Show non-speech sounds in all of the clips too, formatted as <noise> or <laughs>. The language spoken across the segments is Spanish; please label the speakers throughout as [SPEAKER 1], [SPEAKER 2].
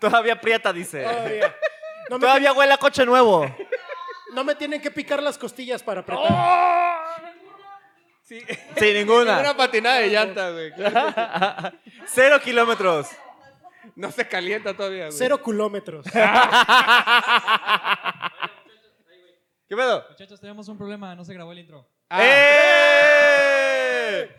[SPEAKER 1] Todavía prieta, dice.
[SPEAKER 2] Ah,
[SPEAKER 3] Todavía. No me,
[SPEAKER 1] Todavía huele a coche
[SPEAKER 2] <laughs>
[SPEAKER 1] nuevo.
[SPEAKER 3] no me tienen que picar las costillas para apretar.
[SPEAKER 2] ¡Oh! Sí.
[SPEAKER 1] Sin <laughs>
[SPEAKER 2] Una
[SPEAKER 1] ninguna.
[SPEAKER 2] patinada de llanta, güey.
[SPEAKER 1] Cero
[SPEAKER 2] <laughs>
[SPEAKER 1] kilómetros.
[SPEAKER 2] No se calienta todavía, güey.
[SPEAKER 3] Cero kilómetros.
[SPEAKER 1] ¿Qué pedo?
[SPEAKER 4] Muchachos, tenemos un problema, no se grabó el intro.
[SPEAKER 2] Ah.
[SPEAKER 1] ¡Eh!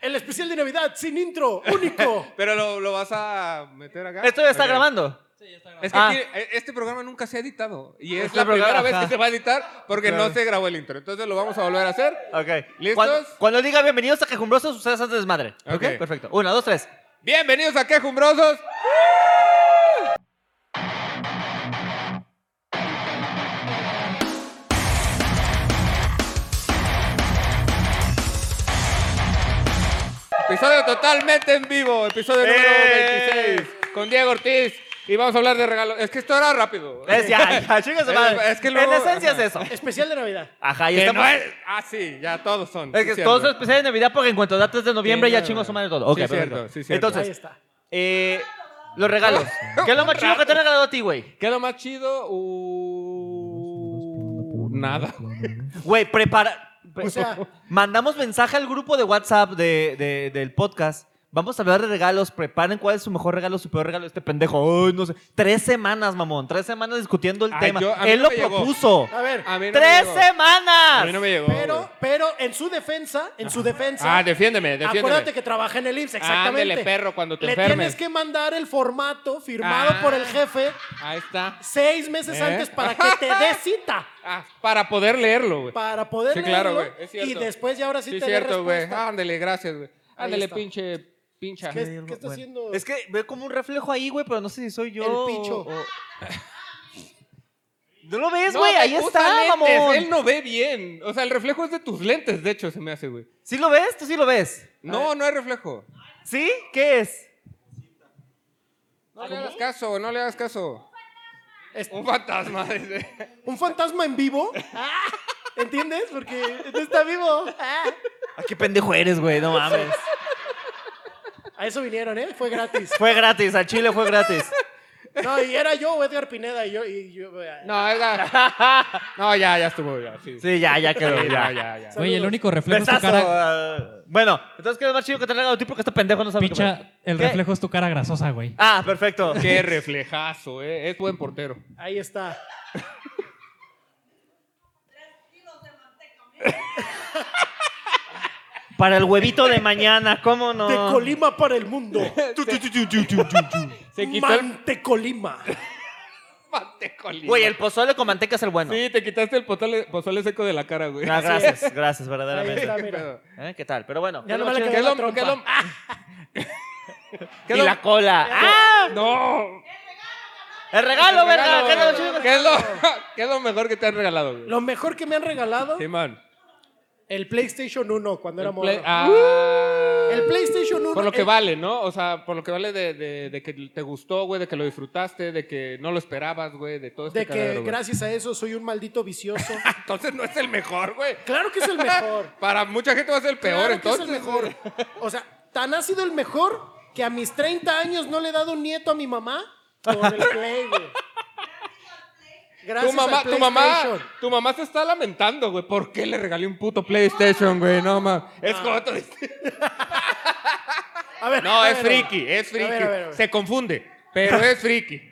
[SPEAKER 3] El especial de Navidad sin intro, único.
[SPEAKER 2] Pero lo, lo vas a meter acá.
[SPEAKER 1] Esto ya está
[SPEAKER 2] Ok.
[SPEAKER 1] grabando.
[SPEAKER 4] Sí, ya está grabado.
[SPEAKER 2] Es que
[SPEAKER 1] Ah.
[SPEAKER 2] aquí, eh, este programa nunca se ha editado. Y es
[SPEAKER 1] Este
[SPEAKER 2] la
[SPEAKER 1] programa-
[SPEAKER 2] primera vez
[SPEAKER 1] ajá.
[SPEAKER 2] que se va a editar porque
[SPEAKER 1] Claro.
[SPEAKER 2] no se grabó el intro. Entonces lo vamos a volver a hacer.
[SPEAKER 1] Ok.
[SPEAKER 2] ¿Listos?
[SPEAKER 1] Cuando, cuando diga bienvenidos a Quejumbrosos, ustedes hacen desmadre. Ok.
[SPEAKER 2] Ok.
[SPEAKER 1] Perfecto. Una, dos, tres.
[SPEAKER 2] Bienvenidos a Quejumbrosos. Episodio totalmente en vivo, episodio número
[SPEAKER 1] ¡Eh!
[SPEAKER 2] 26, con Diego Ortiz. Y vamos a hablar de regalos. Es que esto era rápido.
[SPEAKER 1] Es ya,
[SPEAKER 2] <laughs>
[SPEAKER 1] ya, chinga su madre.
[SPEAKER 2] Es que luego-
[SPEAKER 1] en esencia
[SPEAKER 2] ajá.
[SPEAKER 1] es eso.
[SPEAKER 3] Especial de Navidad.
[SPEAKER 1] Ajá, y
[SPEAKER 2] Que
[SPEAKER 1] estamos.
[SPEAKER 2] no es- Ah, sí, ya todos son.
[SPEAKER 1] Es
[SPEAKER 2] sí,
[SPEAKER 1] que
[SPEAKER 2] cierto.
[SPEAKER 1] todos son especiales de Navidad porque en cuanto a datos de noviembre
[SPEAKER 2] Sí,
[SPEAKER 1] ya
[SPEAKER 2] no,
[SPEAKER 1] chingo
[SPEAKER 2] no.
[SPEAKER 1] su madre todo. Ok,
[SPEAKER 2] Sí, cierto,
[SPEAKER 1] perfecto.
[SPEAKER 2] sí, cierto.
[SPEAKER 3] Ahí
[SPEAKER 1] Entonces,
[SPEAKER 3] está.
[SPEAKER 1] eh, los regalos. ¿Qué es lo más chido que te han regalado a ti, güey?
[SPEAKER 2] ¿Qué es lo más chido? Uh, Nada.
[SPEAKER 1] Güey, prepara.
[SPEAKER 3] O sea,
[SPEAKER 1] Mandamos mensaje al grupo de WhatsApp de, de- del podcast. Vamos a hablar de regalos. Preparen cuál es su mejor regalo, su peor regalo. Este pendejo. Ay, no sé. Tres semanas, mamón. Tres semanas discutiendo el
[SPEAKER 2] Ay,
[SPEAKER 1] tema.
[SPEAKER 2] yo- a mí
[SPEAKER 1] Él
[SPEAKER 2] no
[SPEAKER 1] lo
[SPEAKER 2] me llegó.
[SPEAKER 1] propuso.
[SPEAKER 3] a ver,
[SPEAKER 2] A mí no
[SPEAKER 1] ¡Tres
[SPEAKER 2] me llegó.
[SPEAKER 1] semanas!
[SPEAKER 2] A mí no me llegó.
[SPEAKER 3] pero,
[SPEAKER 2] güey.
[SPEAKER 3] pero en su defensa, en su defensa, <laughs>
[SPEAKER 2] Ah, defiéndeme, defiéndeme.
[SPEAKER 3] acuérdate que trabaja en el IMSS, exactamente.
[SPEAKER 2] Ándele, perro, cuando te
[SPEAKER 3] Le
[SPEAKER 2] enfermes.
[SPEAKER 3] tienes que mandar el formato firmado
[SPEAKER 2] Ah.
[SPEAKER 3] por el jefe
[SPEAKER 2] Ahí está.
[SPEAKER 3] seis meses
[SPEAKER 2] ¿Eh?
[SPEAKER 3] antes para que te dé cita.
[SPEAKER 2] Ah, para poder leerlo, güey.
[SPEAKER 3] Para poder
[SPEAKER 2] Sí, claro,
[SPEAKER 3] leerlo
[SPEAKER 2] güey, es cierto.
[SPEAKER 3] y después ya ahora sí,
[SPEAKER 2] Sí,
[SPEAKER 3] te
[SPEAKER 2] cierto, güey.
[SPEAKER 3] dé respuesta.
[SPEAKER 2] Ándele, gracias, güey.
[SPEAKER 3] Ahí
[SPEAKER 2] Ándele,
[SPEAKER 3] está.
[SPEAKER 2] pinche, pincha.
[SPEAKER 3] ¿Qué- qué está haciendo?
[SPEAKER 1] Es que veo como un reflejo ahí, güey, pero no sé si soy yo.
[SPEAKER 3] El
[SPEAKER 1] o-
[SPEAKER 3] picho.
[SPEAKER 1] o- ¿No lo ves,
[SPEAKER 2] No,
[SPEAKER 1] güey?
[SPEAKER 2] güey,
[SPEAKER 1] ahí
[SPEAKER 2] usa
[SPEAKER 1] está,
[SPEAKER 2] lentes,
[SPEAKER 1] mamón.
[SPEAKER 2] Él no ve bien. O sea, el reflejo es de tus lentes, de hecho, se me hace, güey.
[SPEAKER 1] ¿Sí lo ves? ¿Tú sí lo ves?
[SPEAKER 2] No, no hay reflejo.
[SPEAKER 1] ¿Sí? ¿Qué es?
[SPEAKER 2] No le hagas caso, no le hagas caso.
[SPEAKER 3] Es-
[SPEAKER 2] Un fantasma, dice.
[SPEAKER 3] ¿Un fantasma en vivo? ¿Entiendes? Porque no está vivo. Ah.
[SPEAKER 1] ¿A qué pendejo eres, güey? No mames.
[SPEAKER 3] A eso vinieron, ¿eh? Fue gratis.
[SPEAKER 1] Fue gratis, al Chile fue gratis.
[SPEAKER 3] No, y era yo, Edgar Pineda, y yo... Y yo
[SPEAKER 2] No, Edgar. <laughs> No, ya, ya estuvo, ya, sí.
[SPEAKER 1] Sí, ya, ya
[SPEAKER 2] Sí,
[SPEAKER 1] quedó. Ya.
[SPEAKER 2] ya, ya, ya.
[SPEAKER 4] Güey, el único reflejo es tu
[SPEAKER 1] Besazo.
[SPEAKER 4] cara.
[SPEAKER 1] ah, Bueno, entonces, ¿qué es lo más chido que te han regalado a ti? Porque este pendejo no sabe qué pedo.
[SPEAKER 4] Picha, el
[SPEAKER 1] ¿Qué?
[SPEAKER 4] reflejo es tu cara grasosa, güey.
[SPEAKER 1] Ah, perfecto.
[SPEAKER 2] Qué reflejazo, eh. Es buen portero.
[SPEAKER 3] Ahí está.
[SPEAKER 1] Para el huevito de mañana, ¿cómo no?
[SPEAKER 3] De Colima para el mundo.
[SPEAKER 2] Se quitó el
[SPEAKER 3] Mantecolima.
[SPEAKER 2] mantecolín.
[SPEAKER 1] Güey, el pozole con manteca es el bueno.
[SPEAKER 2] Sí, te quitaste el pozole, pozole seco de la cara, güey. <laughs>
[SPEAKER 1] Ah, gracias, gracias,
[SPEAKER 3] Ahí
[SPEAKER 1] verdaderamente.
[SPEAKER 3] está,
[SPEAKER 2] Qué
[SPEAKER 3] mira.
[SPEAKER 2] pedo.
[SPEAKER 1] ¿Eh? ¿Qué tal? Pero bueno.
[SPEAKER 3] Ya
[SPEAKER 1] ¿qué
[SPEAKER 3] no
[SPEAKER 1] es lo
[SPEAKER 3] me la
[SPEAKER 1] chido?
[SPEAKER 2] ¿Qué es
[SPEAKER 3] la
[SPEAKER 2] lo- qué es lo-
[SPEAKER 3] trompa. Ah.
[SPEAKER 2] ¿Qué es
[SPEAKER 1] y
[SPEAKER 2] lo-
[SPEAKER 1] la cola. ¡Ah!
[SPEAKER 2] No.
[SPEAKER 1] ¡El regalo, verdad!
[SPEAKER 2] Regalo.
[SPEAKER 1] ¿Qué es lo chido que-
[SPEAKER 2] ¿Qué es lo, <laughs> qué es lo mejor que te han regalado, güey?
[SPEAKER 3] Lo mejor que me han regalado,
[SPEAKER 2] Simón.
[SPEAKER 3] el PlayStation 1 cuando era
[SPEAKER 2] El
[SPEAKER 3] morro. Uh.
[SPEAKER 2] play- Ah.
[SPEAKER 3] El PlayStation 1.
[SPEAKER 2] Por lo que
[SPEAKER 3] el-
[SPEAKER 2] vale, ¿no? O sea, por lo que vale de, de- de que te gustó, güey, de que lo disfrutaste, de que no lo esperabas, güey, de todo este
[SPEAKER 3] De
[SPEAKER 2] cagadero,
[SPEAKER 3] que
[SPEAKER 2] güey.
[SPEAKER 3] gracias a eso soy un maldito
[SPEAKER 2] <laughs>
[SPEAKER 3] vicioso.
[SPEAKER 2] Entonces no es el mejor, güey.
[SPEAKER 3] Claro que es el mejor.
[SPEAKER 2] Para mucha gente va a ser el peor,
[SPEAKER 3] Claro que es
[SPEAKER 2] entonces.
[SPEAKER 3] el mejor. O sea, tan ha sido el mejor que a mis 30 años no le he dado un nieto a mi mamá por el Play, güey. Gracias
[SPEAKER 2] Tu mamá,
[SPEAKER 3] al
[SPEAKER 2] tu mamá,
[SPEAKER 3] PlayStation.
[SPEAKER 2] tu mamá se está lamentando, güey. ¿Por qué le regalé un puto PlayStation, güey? No, ma. Es
[SPEAKER 3] Ah.
[SPEAKER 2] joto.
[SPEAKER 3] A ver,
[SPEAKER 2] No,
[SPEAKER 3] a
[SPEAKER 2] es
[SPEAKER 3] ver, a ver.
[SPEAKER 2] friki, eh. es
[SPEAKER 3] A ver,
[SPEAKER 2] friki.
[SPEAKER 3] a ver, a ver.
[SPEAKER 2] Se confunde, pero es friki.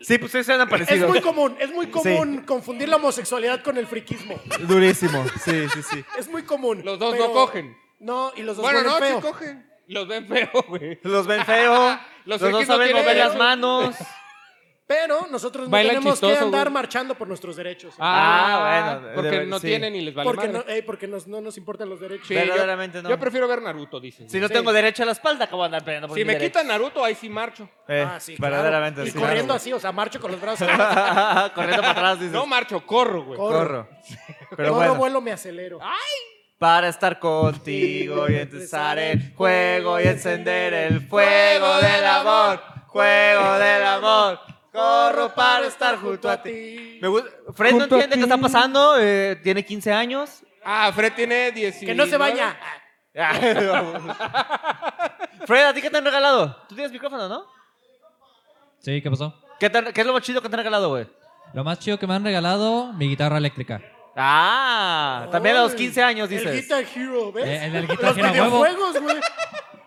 [SPEAKER 1] Sí, pues ustedes se han
[SPEAKER 3] Es
[SPEAKER 1] aparecido.
[SPEAKER 3] muy común, es muy común confundir la homosexualidad con el friquismo.
[SPEAKER 1] Durísimo. Sí, sí, sí.
[SPEAKER 3] Es muy común.
[SPEAKER 2] Los dos no
[SPEAKER 3] pero-
[SPEAKER 2] cogen.
[SPEAKER 3] No, y los dos
[SPEAKER 2] Bueno,
[SPEAKER 3] huelen
[SPEAKER 2] no,
[SPEAKER 3] feo.
[SPEAKER 2] sí cogen. Los ven feo, güey.
[SPEAKER 1] Los ven feo.
[SPEAKER 2] Los
[SPEAKER 1] <laughs> Los,
[SPEAKER 2] frikis
[SPEAKER 1] dos
[SPEAKER 2] no
[SPEAKER 1] saben
[SPEAKER 2] tienen
[SPEAKER 1] mover las
[SPEAKER 2] derecho.
[SPEAKER 1] manos.
[SPEAKER 3] Pero nosotros no
[SPEAKER 2] Bailan
[SPEAKER 3] tenemos que
[SPEAKER 2] chistoso,
[SPEAKER 3] andar
[SPEAKER 2] güey.
[SPEAKER 3] marchando por nuestros derechos.
[SPEAKER 1] Ah, bueno,
[SPEAKER 2] Porque
[SPEAKER 1] debe-
[SPEAKER 2] no
[SPEAKER 1] sí.
[SPEAKER 2] tienen y les vale
[SPEAKER 3] porque
[SPEAKER 2] madre.
[SPEAKER 3] no, ey, porque nos- no nos importan los derechos.
[SPEAKER 2] Sí, yo-
[SPEAKER 1] Verdaderamente
[SPEAKER 2] yo,
[SPEAKER 1] no.
[SPEAKER 2] prefiero ver Naruto, dicen.
[SPEAKER 1] Si no
[SPEAKER 3] Sí.
[SPEAKER 1] tengo derecho a la espalda, acabo de andar peleando por
[SPEAKER 2] si
[SPEAKER 1] mi
[SPEAKER 2] me
[SPEAKER 1] derecho.
[SPEAKER 2] quitan Naruto, ahí sí marcho.
[SPEAKER 1] Eh,
[SPEAKER 3] Ah, sí, claro.
[SPEAKER 1] verdaderamente.
[SPEAKER 3] Y
[SPEAKER 1] sí,
[SPEAKER 3] corriendo
[SPEAKER 1] claro.
[SPEAKER 3] así, o sea, marcho con
[SPEAKER 1] <laughs>
[SPEAKER 3] los brazos. Corro,
[SPEAKER 1] corriendo para atrás, dices.
[SPEAKER 2] No marcho, corro, güey.
[SPEAKER 3] Corro.
[SPEAKER 1] corro. <laughs> Pero
[SPEAKER 3] Todo
[SPEAKER 1] bueno. Ah,
[SPEAKER 3] vuelo me acelero.
[SPEAKER 1] Para estar contigo y empezar el juego y encender el fuego del amor. Juego del amor. Corro para estar junto a ti. Me gusta- Fred no
[SPEAKER 2] Junto a
[SPEAKER 1] entiende qué
[SPEAKER 2] ti.
[SPEAKER 1] está pasando. eh, tiene 15 años.
[SPEAKER 2] Ah, Fred tiene 19.
[SPEAKER 3] Que no Ah, se baña.
[SPEAKER 1] <laughs> Fred, ¿a ti qué te han regalado? Tú tienes micrófono, ¿no?
[SPEAKER 4] Sí, ¿qué pasó?
[SPEAKER 1] ¿Qué, te- qué es lo más chido que te han regalado, güey?
[SPEAKER 4] Lo más chido que me han regalado, mi guitarra eléctrica.
[SPEAKER 1] Ah, también a los
[SPEAKER 3] Ay,
[SPEAKER 1] 15 años
[SPEAKER 3] El
[SPEAKER 1] dices.
[SPEAKER 3] Guitar Hero, ¿ves?
[SPEAKER 4] Eh, el- el Guitar
[SPEAKER 3] Los
[SPEAKER 4] Hero, huevo.
[SPEAKER 3] videojuegos, güey.